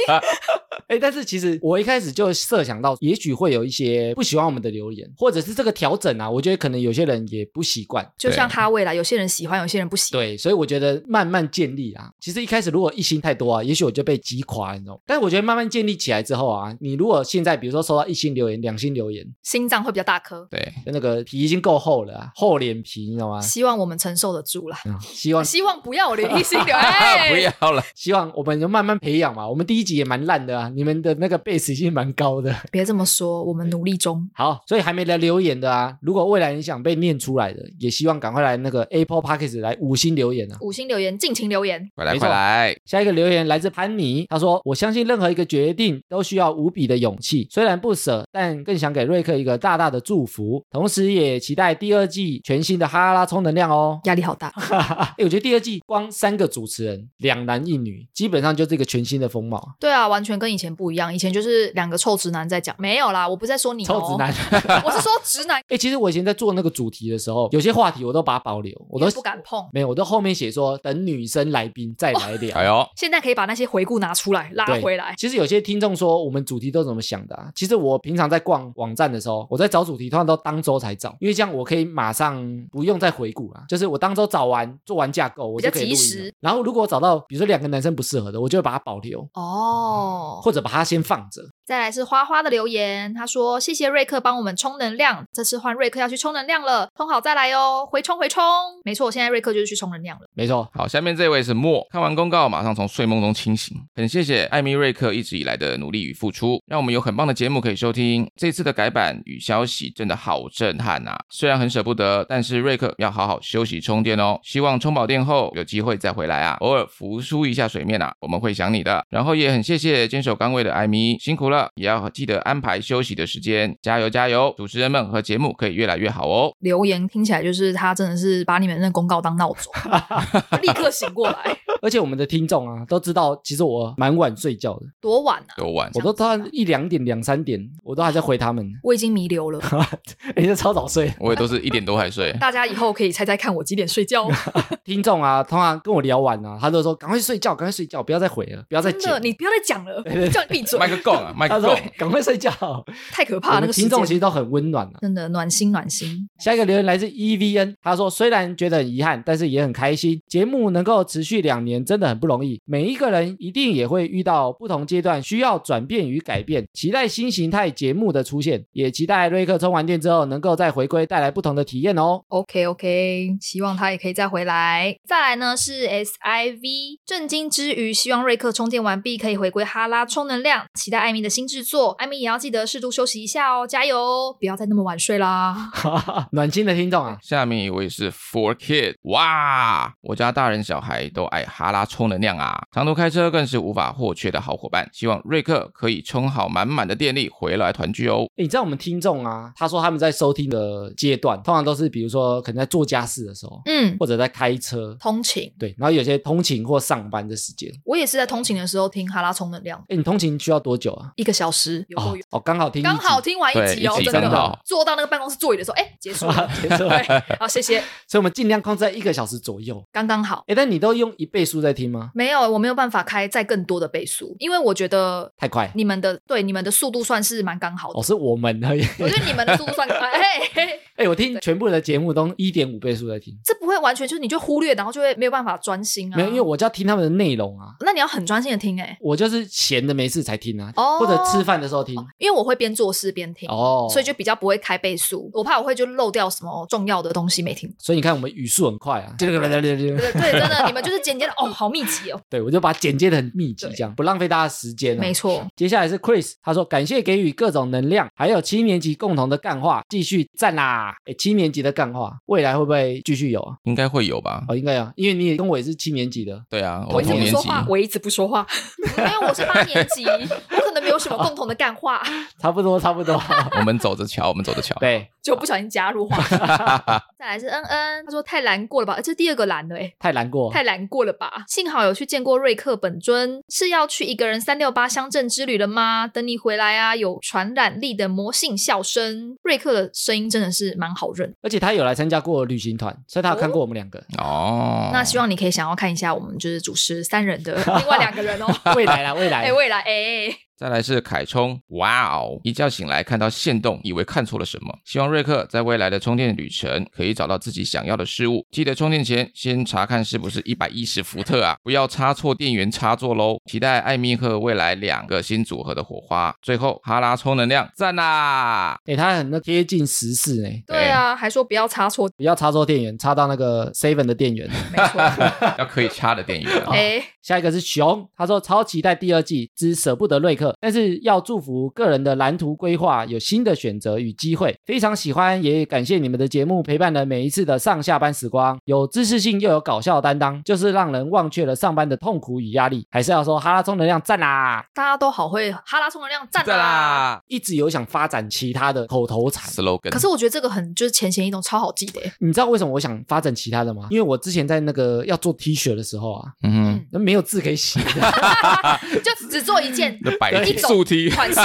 Speaker 1: 哎，但是其实我一开始就设想到，也许会有一些不喜欢我们的留言，或者是这个调整啊，我觉得可能有些人也不习惯。
Speaker 2: 就像哈维啦，有些人喜欢，有些人不喜欢。
Speaker 1: 对，所以我觉得慢慢建立啊。其实一开始如果一星太多啊，也许我就被击垮，你知道吗？但是我觉得慢慢建立起来之后啊，你如果现在比如说收到一星留言、两星留言，
Speaker 2: 心脏会比较大颗，
Speaker 3: 对，
Speaker 1: 那个皮已经够厚了、啊，厚脸皮，你知道吗？
Speaker 2: 希望我们承受得住啦。
Speaker 1: 嗯希望
Speaker 2: 希望不要留一
Speaker 1: [laughs]
Speaker 2: 星留，
Speaker 3: 啊，
Speaker 2: 哎、
Speaker 3: [laughs] 不要了。
Speaker 1: 希望我们就慢慢培养嘛。我们第一集也蛮烂的啊，你们的那个 base 已经蛮高的。
Speaker 2: 别这么说，我们努力中。
Speaker 1: 好，所以还没来留言的啊，如果未来你想被念出来的，也希望赶快来那个 Apple Podcast 来五星留言啊。
Speaker 2: 五星留言，尽情留言。
Speaker 3: 快来
Speaker 1: 没错
Speaker 3: 快来，
Speaker 1: 下一个留言来自潘妮，他说：“我相信任何一个决定都需要无比的勇气，虽然不舍，但更想给瑞克一个大大的祝福，同时也期待第二季全新的哈拉充能量哦。” [laughs]
Speaker 2: 压力好大，
Speaker 1: 哎，我觉得第二季光三个主持人，两男一女，基本上就是一个全新的风貌啊。
Speaker 2: 对啊，完全跟以前不一样。以前就是两个臭直男在讲，没有啦，我不是在说你、哦，
Speaker 1: 臭直男， [laughs] 啊，
Speaker 2: 我是说直男
Speaker 1: 哎、其实我以前在做那个主题的时候，有些话题我都把它保留，我都
Speaker 2: 不敢碰。
Speaker 1: 没有，我都后面写说等女生来宾再来聊。
Speaker 3: [laughs] 哎呦，
Speaker 2: 现在可以把那些回顾拿出来，拉
Speaker 1: 对
Speaker 2: 回来。
Speaker 1: 其实有些听众说我们主题都怎么想的啊？其实我平常在逛网站的时候，我在找主题，通常都当周才找，因为这样我可以马上不用再回顾啦。就是我当周找完做完架构，我就可以录
Speaker 2: 比较及
Speaker 1: 音了
Speaker 2: 时。
Speaker 1: 然后如果我找到比如说两个男生不适合的，我就会把它保留。
Speaker 2: 哦，
Speaker 1: 或者把它先放着，
Speaker 2: 再来是花花的留言，他说：“谢谢瑞克帮我们充能量，这次换瑞克要去充能量了，充好再来哦，回充回充。”没错，现在瑞克就是去充能量了。
Speaker 1: 没错，
Speaker 3: 好，下面这位是莫，看完公告马上从睡梦中清醒，很谢谢艾米瑞克一直以来的努力与付出，让我们有很棒的节目可以收听。这次的改版与消息真的好震撼啊！虽然很舍不得，但是瑞克要好好休息充电哦。希望充饱电后有机会再回来啊，偶尔浮出一下水面啊，我们会想你的。然后也很谢谢坚守岗位的艾米，辛苦了，也要记得安排休息的时间，加油加油！主持人们和节目可以越来越好哦。
Speaker 2: 留言听起来就是他真的是把你们那公告当闹
Speaker 1: [laughs]
Speaker 2: 钟，立刻醒过来，
Speaker 1: 而且我们的听众啊都知道，其实我蛮晚睡觉的，
Speaker 2: 多晚啊！
Speaker 3: 多晚
Speaker 1: 我都到一两点、两三点，我都还在回他
Speaker 2: [laughs]
Speaker 1: 们。
Speaker 2: 我已经弥留了，
Speaker 1: 你这超早睡，
Speaker 3: 我也都是一点多才睡。
Speaker 2: [laughs] 大家以后可以猜猜看我几点睡觉哦。
Speaker 1: 听众啊，通常跟我聊完啊，他都说赶快睡觉，赶快睡觉，不要再回了，不要再
Speaker 2: 真
Speaker 1: 剪
Speaker 2: 的，
Speaker 1: 了。
Speaker 2: 你不要再
Speaker 1: [laughs]
Speaker 2: 讲了，叫你闭嘴
Speaker 3: 麦，克贡啊，麦
Speaker 1: 他
Speaker 3: 克
Speaker 1: 说
Speaker 3: 贡。
Speaker 1: 赶快睡觉，
Speaker 2: 太可
Speaker 1: 我
Speaker 2: 怕了。那
Speaker 1: 们
Speaker 2: 个
Speaker 1: 听众其实
Speaker 2: 时间
Speaker 1: 都很温暖啊。
Speaker 2: 真的暖心暖心。
Speaker 1: 下一个留言来自 EVN，他说：“虽然觉得很遗憾，但是也很开心。节目能够持续两年，真的很不容易。每一个人一定也会遇到不同阶段需要转变与改变。期待新形态节目的出现，也期待瑞克充完电之后能够再回归，带来不同的体验哦。 [laughs]
Speaker 2: OK OK，希望他也可以再回来。再来呢是 SIV，震惊之余，希望瑞克充电完毕，可以回归哈拉充能量。期待艾米的新制作，艾米也要记得适度休息一下哦，加油哦，不要再那么晚睡啦。
Speaker 1: 暖心的听众啊，
Speaker 3: 下面一位是 Four Kid，哇，我家大人小孩都爱哈拉充能量啊，长途开车更是无法或缺的好伙伴。希望瑞克可以充好满满的电力回来团聚哦。
Speaker 1: 诶你知道我们听众啊，他说他们在收听的阶段，通常都是比如说可能在做家事的时候，
Speaker 2: 嗯，
Speaker 1: 或者在开车，
Speaker 2: 通勤，
Speaker 1: 对，然后有些通勤或上班的时间。
Speaker 2: 我也是在通勤的时候听哈拉充能量，
Speaker 1: 哎，你通勤需要多久啊？
Speaker 2: 一个小时有够
Speaker 1: 哦
Speaker 2: 远。
Speaker 1: 哦，刚好听一
Speaker 2: 刚好
Speaker 1: 集
Speaker 2: 听完一集哦，
Speaker 3: 对一集
Speaker 2: 真的
Speaker 1: 刚好，
Speaker 2: 坐到那个办公室座椅的时候，哎，结束了
Speaker 1: [laughs] 结束了
Speaker 2: 对，好，谢谢，
Speaker 1: 所以我们尽量控制在一个小时左右。
Speaker 2: 刚刚好。
Speaker 1: 哎，但你都用一倍速在听吗？
Speaker 2: 没有，我没有办法开再更多的倍速，因为我觉得
Speaker 1: 太快
Speaker 2: 你们的对你们的速度算是蛮刚好的。
Speaker 1: 哦，是我们而已。
Speaker 2: 我觉得你们的速度
Speaker 1: [laughs]
Speaker 2: 算哎，嘿嘿
Speaker 1: 哎，我听全部的节目都一点五倍速在听，
Speaker 2: 这不会完全就是你就忽略，然后就会没有办法专心啊。
Speaker 1: 没有，因为我就要听他们的内容啊。
Speaker 2: 那你要很专心的听哎、
Speaker 1: 我就是闲的没事才听啊，
Speaker 2: 哦
Speaker 1: 或者吃饭的时候听
Speaker 2: 因为我会边做事边听，
Speaker 1: 哦。
Speaker 2: 所以就比较不会开倍速，我怕我会就漏掉什么重要的东西没听。
Speaker 1: 所以你看我们语速很快啊，[laughs]
Speaker 2: 对对，真的，你们就是简洁的哦，好密集哦，
Speaker 1: 对我就把它剪接的很密集，
Speaker 2: 对
Speaker 1: 这样不浪费大家时间、啊。
Speaker 2: 没错，
Speaker 1: 接下来是 Chris，他说感谢给予各种能量，还有七年级共同的干话，继续赞啦！哎，七年级的干话未来会不会继续有啊？
Speaker 3: 应该会有吧？
Speaker 1: 哦，应该啊，因为你也跟我也是七年级的，
Speaker 3: 对啊，
Speaker 2: 我
Speaker 3: 我
Speaker 2: 一直
Speaker 3: 同
Speaker 2: 不
Speaker 3: 年
Speaker 2: 说
Speaker 3: 级，
Speaker 2: 话，我一直不说话， [laughs] 因为我是八年级，我可能没有什么共同的干
Speaker 1: [laughs]
Speaker 2: 话，
Speaker 1: 差不多差不
Speaker 2: [laughs]
Speaker 1: 多。
Speaker 3: 我们走着瞧，我们走着瞧。
Speaker 1: 对，
Speaker 2: 就不小心加入话题。再来是恩恩，他说太难过了吧，呃这第二个难了哎、
Speaker 1: 太难过，
Speaker 2: 太难过了吧！幸好有去见过瑞克本尊，是要去一个人三六八乡镇之旅了吗？等你回来啊！有传染力的魔性笑声，瑞克的声音真的是蛮好认。
Speaker 1: 而且他有来参加过旅行团，所以他有看过我们两个。
Speaker 3: 哦，
Speaker 2: 那希望你可以想要看一下我们就是主持三人
Speaker 1: [laughs]
Speaker 2: 的另外两个人哦。
Speaker 1: 未来啦，未来，
Speaker 2: [laughs] 哎，未来哎、
Speaker 3: 再来是凯冲，哇哦！一觉醒来看到线动，以为看错了什么。希望瑞克在未来的充电旅程可以找到自己想要的事物。记得充电前先查看是不是一百一十伏特啊，不要插错电源插座喽。期待艾米和未来两个新组合的火花。最后哈拉充能量，赞啦！
Speaker 1: 哎、他很那贴近时事哎、
Speaker 2: 对啊，还说不要插错，
Speaker 1: 不要插错电源，插到那个 seven 的电源。
Speaker 2: 没
Speaker 1: [laughs]
Speaker 2: 错。
Speaker 3: [laughs] 要可以插的电源
Speaker 1: 哦
Speaker 3: 啊。
Speaker 2: 哎、
Speaker 1: 下一个是熊，他说超期待第二季之舍不得瑞克，但是要祝福个人的蓝图规划有新的选择与机会，非常喜欢，也感谢你们的节目陪伴了每一次的上下班时光，有知识性又有搞笑担当，就是让人忘却了上班的痛苦与压力。还是要说哈拉充能量赞啦！
Speaker 2: 大家都好会哈拉充能量，赞啊
Speaker 3: 赞
Speaker 2: 啦！
Speaker 3: 啦
Speaker 1: 一直有想发展其他的口头禅，
Speaker 3: ！slogan，
Speaker 2: 可是我觉得这个很就是浅显易懂，超好
Speaker 1: [laughs]
Speaker 2: 记的、哎
Speaker 1: 你知道为什么我想发展其他的吗？因为我之前在那个要做 T 恤的时候啊，
Speaker 3: 嗯哼，
Speaker 1: 那没有字可以写，
Speaker 2: 就只做一件
Speaker 3: 那百
Speaker 2: 一种
Speaker 3: 速梯，
Speaker 1: [laughs]
Speaker 2: 款式。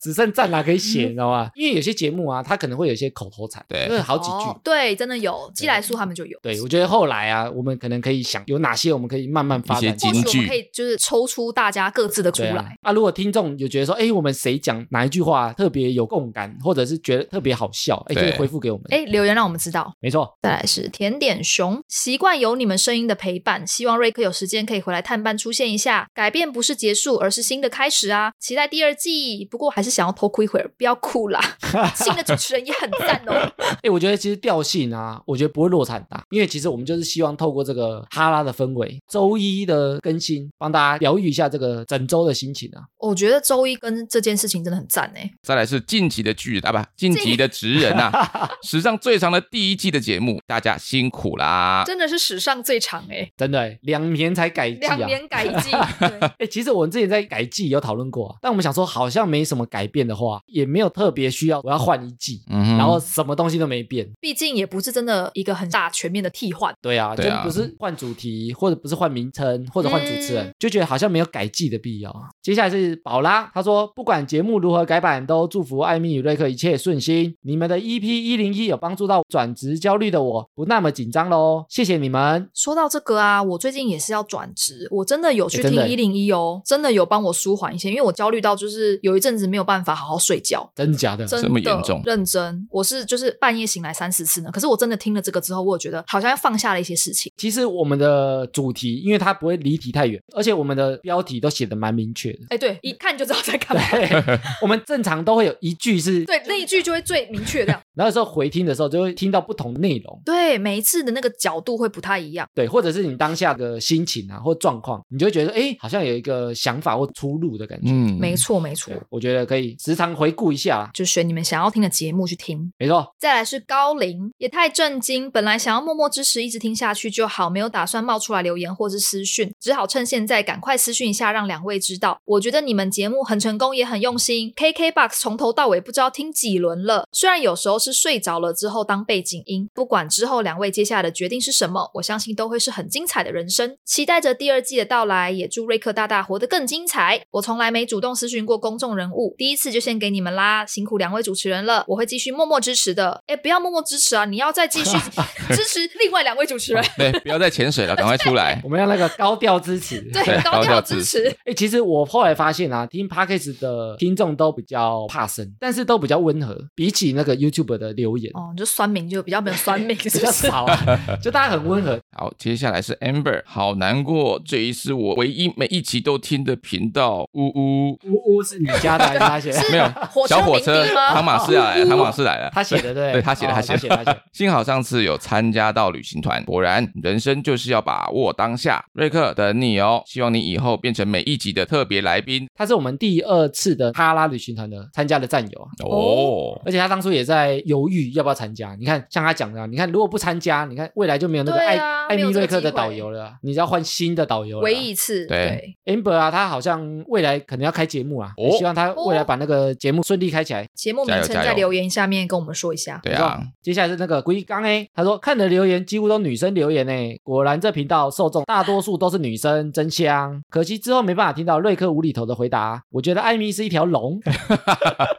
Speaker 1: 只剩赞啦可以写，
Speaker 2: 嗯
Speaker 1: 你知道吗？因为有些节目啊，它可能会有一些口头禅，
Speaker 3: 对
Speaker 1: 就是好几句。
Speaker 2: 哦对，真的有基来素他们就有。
Speaker 1: 对，我觉得后来啊，我们可能可以想有哪些我们可以慢慢发
Speaker 3: 一
Speaker 1: 展出
Speaker 3: 些
Speaker 2: 或
Speaker 1: 来。
Speaker 2: 许
Speaker 3: 金
Speaker 2: 我
Speaker 3: 句
Speaker 2: 们可以就是抽出大家各自的出
Speaker 1: 对啊
Speaker 2: 来。，
Speaker 1: 啊，如果听众有觉得说，哎，我们谁讲哪一句话特别有共感，或者是觉得特别好笑，哎，可以
Speaker 3: 对
Speaker 1: 回复给我们。
Speaker 2: 哎、留言让我们知道。
Speaker 1: 没错，
Speaker 2: 再来是甜点熊，习惯有你们声音的陪伴，希望瑞克有时间可以回来探班出现一下。改变不是结束，而是新的开始啊！啦，期待第二季。不过还是想要偷哭一会儿，不要哭啦。
Speaker 1: [laughs]
Speaker 2: 新的主持人也很赞哦。
Speaker 1: 哎、我觉得其实调性啊，我觉得不会落差很大，因为其实我们就是希望透过这个哈拉的氛围，周一的更新，帮大家疗愈一下这个整周的心情啊。
Speaker 2: 我觉得周一跟这件事情真的很赞哎。
Speaker 3: 再来是晋级的巨人啊，不，晋级的职人呐、啊，史上最长的第一季的节目，大家辛苦啦。
Speaker 2: 真的是史上最长哎、
Speaker 1: 真的、欸，两年才改季啊。
Speaker 2: 两年改
Speaker 1: [laughs]
Speaker 2: 季，对
Speaker 1: 哎、其实我们之前在改季有讨论过、啊，但我们想说好像没什么改变的话，也没有特别需要我要换一季，
Speaker 3: 嗯哼
Speaker 1: 然后什么东西都没变。
Speaker 2: 毕竟也不是真的一个很大全面的替换。
Speaker 1: 对啊，
Speaker 3: 对啊
Speaker 1: 就不是换主题，或者不是换名称，或者换主持人，就觉得好像没有改季的必要啊。接下来是宝拉，他说不管节目如何改版，都祝福艾米与瑞克一切顺心。你们的 EP 一零一有帮助到转职焦虑的我，不那么紧张喽。谢谢你们。
Speaker 2: 说到这个啊，我最近也是要转职，我真的有去
Speaker 1: 诶真的
Speaker 2: 听
Speaker 1: 诶
Speaker 2: 一零一哦，真的有帮我舒缓一些，因为我焦虑到就是有一阵子没有办法好好睡觉。
Speaker 1: 真的假的？
Speaker 2: 真的
Speaker 3: 这么严重
Speaker 2: 认真，我是就是半夜醒来三四次呢。可是我真的听了这个之后，我有觉得好像放下了一些事情。
Speaker 1: 其实我们的主题，因为它不会离题太远，而且我们的标题都写的蛮明确的。
Speaker 2: 哎，对，一看就知道在干嘛。
Speaker 1: 对， [laughs] 我们正常都会有一句是，
Speaker 2: 对，那一句就会最明确这样。
Speaker 1: 然后有时候回听的时候就会听到不同内容，
Speaker 2: 对，每一次的那个角度会不太一样。
Speaker 1: 对，或者是你当下的心情啊或状况，你就会觉得哎，好像有一个想法或出路的感觉。
Speaker 3: 嗯，
Speaker 2: 没错，没错
Speaker 1: 对，，我觉得可以时常回顾一下啦。
Speaker 2: 就选你们想要听的节目去听。
Speaker 1: 没错，
Speaker 2: 再来是高龄，也太震惊。本来想要默默支持，一直听下去就好，没有打算冒出来留言或是私讯，只好趁现在赶快私讯一下，让两位知道。我觉得你们节目很成功，也很用心。KKBOX 从头到尾不知道听几轮了，虽然有时候是睡着了之后当背景音，不管之后两位接下来的决定是什么，我相信都会是很精彩的人生。期待着第二季的到来，也祝瑞克大大活得更精彩。我从来没主动私讯过公众人物，第一次就献给你们啦，辛苦两位主持人了，我会继续默默支持的。哎，不要默默支持啊，你要再继续 [laughs] 支持另外两位主持
Speaker 3: [laughs]
Speaker 2: 人，
Speaker 3: [laughs] 对，不要再潜水了，赶快出来
Speaker 1: 我。们要那个高调支持。
Speaker 2: [laughs] 对，高调
Speaker 3: 高调
Speaker 2: 支
Speaker 3: 支
Speaker 2: 持。
Speaker 1: 哎、其实我后来发现啊，听 podcast 的听众都比较怕生，但是都比较温和，比起那个 YouTube 的留言、
Speaker 2: 哦，你就酸民就比较没有酸民，
Speaker 1: 比
Speaker 2: 是
Speaker 1: 较
Speaker 2: 不是？
Speaker 1: 少
Speaker 3: [laughs]
Speaker 1: 啊，就大家很温和，
Speaker 2: [laughs]
Speaker 3: 好，接下来是 Amber，好难过，这一是我唯一每一集都听的频道，呜呜，
Speaker 1: 呜呜是你家的还是他写的？
Speaker 3: [laughs]
Speaker 2: 是
Speaker 3: 没有
Speaker 2: 火车
Speaker 3: 小火
Speaker 2: 鸣
Speaker 3: 车
Speaker 2: 笛，吗
Speaker 3: 唐马斯
Speaker 2: [laughs]
Speaker 3: 来了，唐马斯来了，
Speaker 1: 他写的对，
Speaker 3: 对他写的，
Speaker 1: 哦
Speaker 3: 他
Speaker 1: 他
Speaker 3: 写
Speaker 1: 的，他写
Speaker 3: 的
Speaker 1: 的。
Speaker 3: [laughs] 幸好上次有参加到旅行团，果然人生就是要把握当下。瑞克等你哦，希望你以后变成每一集的特别来宾
Speaker 1: 他是我们第二次的哈拉旅行团的参加的战
Speaker 2: 嗯
Speaker 1: 友啊。
Speaker 3: 哦。
Speaker 1: 而且他当初也在犹豫要不要参加。你看，像他讲的啊，你看如果不参加，你看未来就没有那个
Speaker 2: 对
Speaker 1: 艾、
Speaker 2: 啊
Speaker 1: 艾米
Speaker 2: 没有这个
Speaker 1: 瑞克的
Speaker 2: 机会
Speaker 1: 导游了啊，你要换新的导游了啊。
Speaker 2: 唯一一次，
Speaker 3: 对
Speaker 2: 对
Speaker 1: Amber 啊，他好像未来可能要开节目啊，
Speaker 3: 哦
Speaker 1: 也希望他未来把那个节目顺利开起来。
Speaker 2: 节目名
Speaker 3: 加油
Speaker 2: 称
Speaker 3: 加
Speaker 2: 在
Speaker 3: 油
Speaker 2: 留言下面跟我们说一下。
Speaker 3: 对
Speaker 1: 没错
Speaker 3: 啊，
Speaker 1: 接下来是那个龟刚哎，他说看的留言几乎都女生留言哎，果然这频道受众大多数都是女生，真香。可惜之后没办法听到瑞克无厘头的回答。我觉得艾米是一条
Speaker 3: [laughs]
Speaker 1: 龙，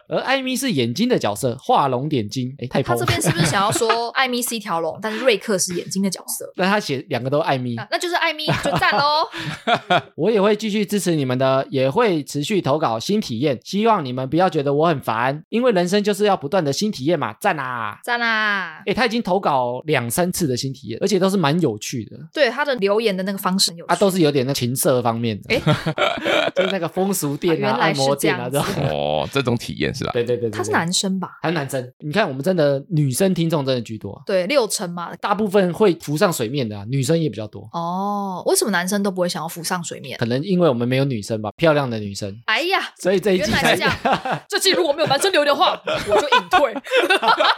Speaker 1: 而艾米是眼睛的角色，画龙点睛，哎，太
Speaker 2: 他
Speaker 1: 捧
Speaker 2: 这
Speaker 1: 了。
Speaker 2: 边是不是
Speaker 1: [laughs]
Speaker 2: 想要说艾米是一条龙，但是瑞克是眼睛的角色？
Speaker 1: 那他写两个都艾米，
Speaker 2: 啊那就是艾米就赞喽。
Speaker 1: 我也会继续支持你们的，也会持续投稿新体验。希望你们不要觉得我很烦，因为人生就是要不断的新体验嘛，赞啊！
Speaker 2: 赞啦！
Speaker 1: 诶，他已经投稿两三次的新体验，而且都是蛮有趣的，
Speaker 2: 对他的留言的那个方式很有趣
Speaker 1: 啊，都是有点那情色方面的，
Speaker 2: 诶
Speaker 1: [laughs] 就是那个风俗店啊、
Speaker 2: 原来
Speaker 1: 按
Speaker 2: 是
Speaker 1: 摩店啊
Speaker 2: 这
Speaker 1: 这
Speaker 2: 样
Speaker 1: 种
Speaker 2: 子。
Speaker 3: 哦，这种体验是吧？
Speaker 1: 对对对对对
Speaker 2: 他是，男生吧？
Speaker 1: 还是男生？你看我们真的女生听众真的居多，啊
Speaker 2: 对，六成嘛。
Speaker 1: 大部分会浮上水面的、啊、女生也比较多，
Speaker 2: 哦，为什么男生都不会想要浮上水面？
Speaker 1: 可能因为我们没有女生吧，漂亮的女生，
Speaker 2: 哎呀，
Speaker 1: 所以这一季
Speaker 2: 原来
Speaker 1: 才
Speaker 2: 是这样。这季如果没有男生留言的话，我就隐退。
Speaker 1: [laughs]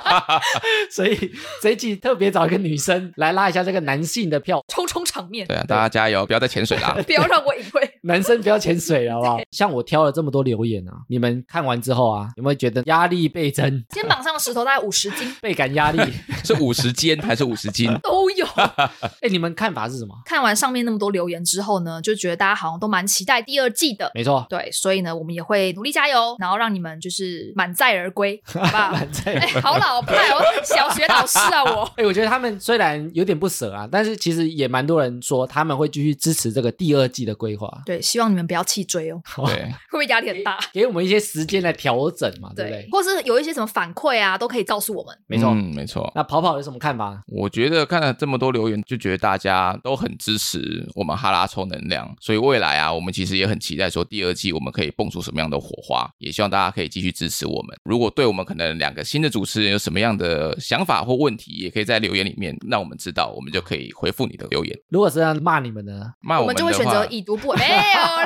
Speaker 1: 所以这一季特别找一个女生来拉一下这个男性的票，
Speaker 2: 冲冲场面
Speaker 3: 对，啊，大家加油，不要再潜水啦。
Speaker 2: 不要让我隐退。
Speaker 1: 男生不要潜水了，好不
Speaker 2: [laughs]
Speaker 1: 好？像我挑了这么多留言啊，你们看完之后啊，有没有觉得压力倍增、
Speaker 2: 肩膀上的石头大概五十斤
Speaker 1: 倍感
Speaker 2: [laughs]
Speaker 1: 压力？
Speaker 3: [laughs] 是五十斤还是五十
Speaker 1: [laughs]
Speaker 3: 斤？
Speaker 2: 都有。
Speaker 1: 哎，你们看法是什么？
Speaker 2: 看完上面那么多留言之后呢，就觉得大家好像都蛮期待第二季的。
Speaker 1: 没错，
Speaker 2: 对，所以呢，我们也会努力加油，然后让你们就是满载而归，好不
Speaker 1: [laughs]
Speaker 2: 好？
Speaker 1: 在
Speaker 2: [laughs] 哎、好老派哦，小学老师啊，我。 [laughs]
Speaker 1: 哎、我觉得他们虽然有点不舍啊，但是其实也蛮多人说他们会继续支持这个第二季的规划，
Speaker 2: 对，希望你们不要气追哦，
Speaker 3: 对，
Speaker 2: 会不会压力很大？
Speaker 1: 给我们一些时间来调整嘛，对不对？
Speaker 2: 或是有一些什么反馈啊，都可以告诉我们。
Speaker 1: 没错。
Speaker 3: 嗯，没错。
Speaker 1: 那跑跑有什么看法？
Speaker 3: 我觉得看了这么多留言，就觉得大家都很支持我们哈拉充能量，所以未来啊，我们其实也很期待说第二季我们可以蹦出什么样的火花，也希望大家可以继续支持我们。如果对我们可能两个新的主持人有什么样的想法或问题，也可以在留言里面让我们知道，我们就可以回复你的留言。哦
Speaker 1: 如果是要骂你们呢？
Speaker 3: 骂
Speaker 2: 我
Speaker 3: 们
Speaker 2: 们
Speaker 3: 的
Speaker 2: 就
Speaker 3: 话，
Speaker 2: 会选择已读不回， [laughs] 没 有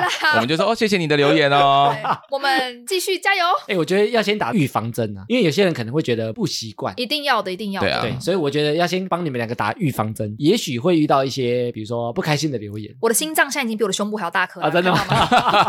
Speaker 1: [laughs]
Speaker 2: 啦，
Speaker 3: 我们就说哦，谢谢你的留言哦。
Speaker 2: 对我们继续加油，
Speaker 1: 哎，我觉得要先打预防针啊，因为有些人可能会觉得不习惯。
Speaker 2: 一定要的，一定要的。
Speaker 3: 对啊
Speaker 1: 对，所以我觉得要先帮你们两个打预防针，也许会遇到一些，比如说不开心的留言
Speaker 2: 我的心脏现在已经比我的胸部还要大颗了
Speaker 1: 啊，真的吗
Speaker 2: 看
Speaker 1: [laughs]
Speaker 2: 到吗？？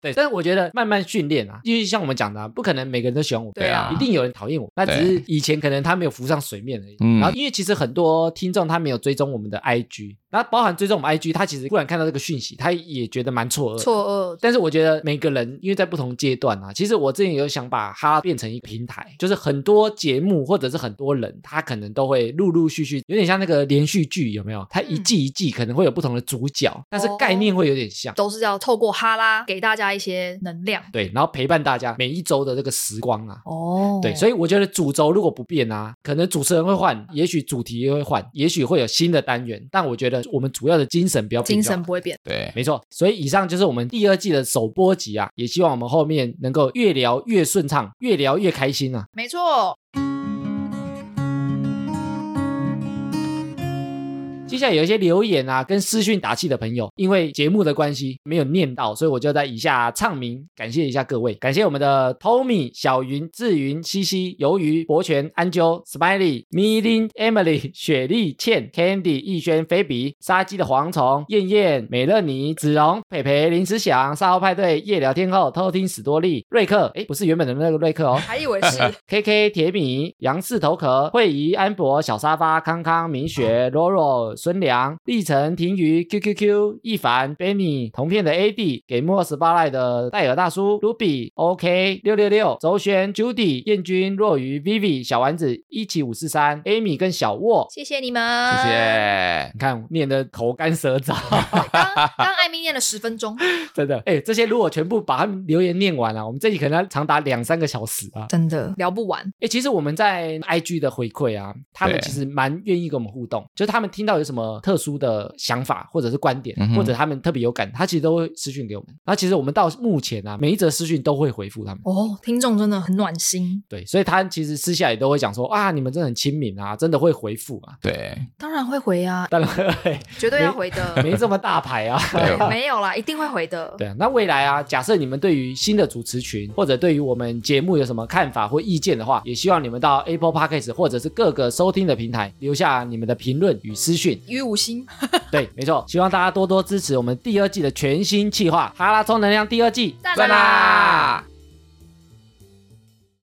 Speaker 1: 对，但是我觉得慢慢训练啊，因为像我们讲的、啊，不可能每个人都喜欢我，
Speaker 2: 对啊
Speaker 1: 一定有人讨厌我，那只是以前可能他没有浮上水面而已。
Speaker 3: 嗯
Speaker 1: 然后因为其实很多听众他没有追踪我们的 IG，然后包含追踪我们 IG，他其实忽然看到这个讯息，他也觉得蛮错愕的。
Speaker 2: 错愕，
Speaker 1: 但是我觉得每个人因为在不同阶段啊，其实我之前有想把它变成一个平台，就是很多节目或者是很多人，他可能都会陆陆续续，有点像那个连续剧有没有？它一季一季可能会有不同的主角，但是概念会有点像。
Speaker 2: 都是要透过哈拉给大家一些能量。
Speaker 1: 对，然后陪伴大家每一周的这个时光啊。
Speaker 2: 哦
Speaker 1: 对，所以我觉得主轴如果不变啊，可能主持人会换，也许主题也会换，也许会有新的单元，但我觉得我们主要的精神不要变
Speaker 2: 精
Speaker 1: 就好
Speaker 2: 神不会变。
Speaker 3: 对，
Speaker 1: 没错，所以以上就是我们第二季的首播集啊，也希望我们后面能够越聊越顺畅，越聊越开心啊。
Speaker 2: 没错，
Speaker 1: 接下来有一些留言啊，跟私讯打气的朋友，因为节目的关系没有念到，所以我就在以下唱名，感谢一下各位，感谢我们的 Tommy、小云、志云、西西、鱿鱼、博泉、安啾、Smiley、米林、Emily、雪莉、倩、Candy、逸轩、菲比、杀鸡的蝗虫、燕燕、美乐妮、子荣、佩佩、林思祥、沙号派对、夜聊天后、偷听史多利、瑞克，诶，不是原本的那个瑞克哦，
Speaker 2: 还以为
Speaker 1: [laughs]
Speaker 2: 是
Speaker 1: K K 铁米、杨氏头壳、惠仪、安博、小沙发、康康、明雪、Roro、孙良、历程、婷瑜、Q Q Q、一凡、Benny、同片的 A D、给莫十八赖的戴尔大叔、Ruby、O K 六六六、周轩、Judy、燕君、若愚、Vivi、小丸子、一七五四三、Amy 跟小沃。
Speaker 2: 谢谢你们，
Speaker 3: 谢。谢。
Speaker 1: 你看，念的口干舌燥， [laughs]
Speaker 2: 刚刚艾米念了十分钟，
Speaker 1: 真的。哎，这些如果全部把他们留言念完了、我们这集可能要长达两三个小时啊。
Speaker 2: 真的聊不完。
Speaker 1: 哎、其实我们在 IG 的回馈啊，他们
Speaker 3: 对
Speaker 1: 其实蛮愿意跟我们互动，就是他们听到有什么特殊的想法或者是观点，
Speaker 3: 嗯哼
Speaker 1: 或者他们特别有感，他其实都会私讯给我们。然后其实我们到目前啊，每一则私讯都会回复他们。
Speaker 2: 哦，听众真的很暖心，
Speaker 1: 对，所以他其实私下也都会讲说啊，你们真的很亲民啊，真的会回复啊，
Speaker 3: 对，
Speaker 2: 当然会回啊，
Speaker 1: 当然 [laughs] 嘿
Speaker 2: 绝对要回的。
Speaker 1: 没这么大牌啊。
Speaker 2: 对没有啦，一定会回的。
Speaker 1: 对啊，那未来啊，假设你们对于新的主持群或者对于我们节目有什么看法或意见的话，也希望你们到 Apple Podcast 或者是各个收听的平台留下你们的评论与私讯。
Speaker 2: 于五星，
Speaker 1: 对，没错，希望大家多多支持我们第二季的全新企划《哈拉充能量》第二季，
Speaker 2: 赞
Speaker 3: 赞啦！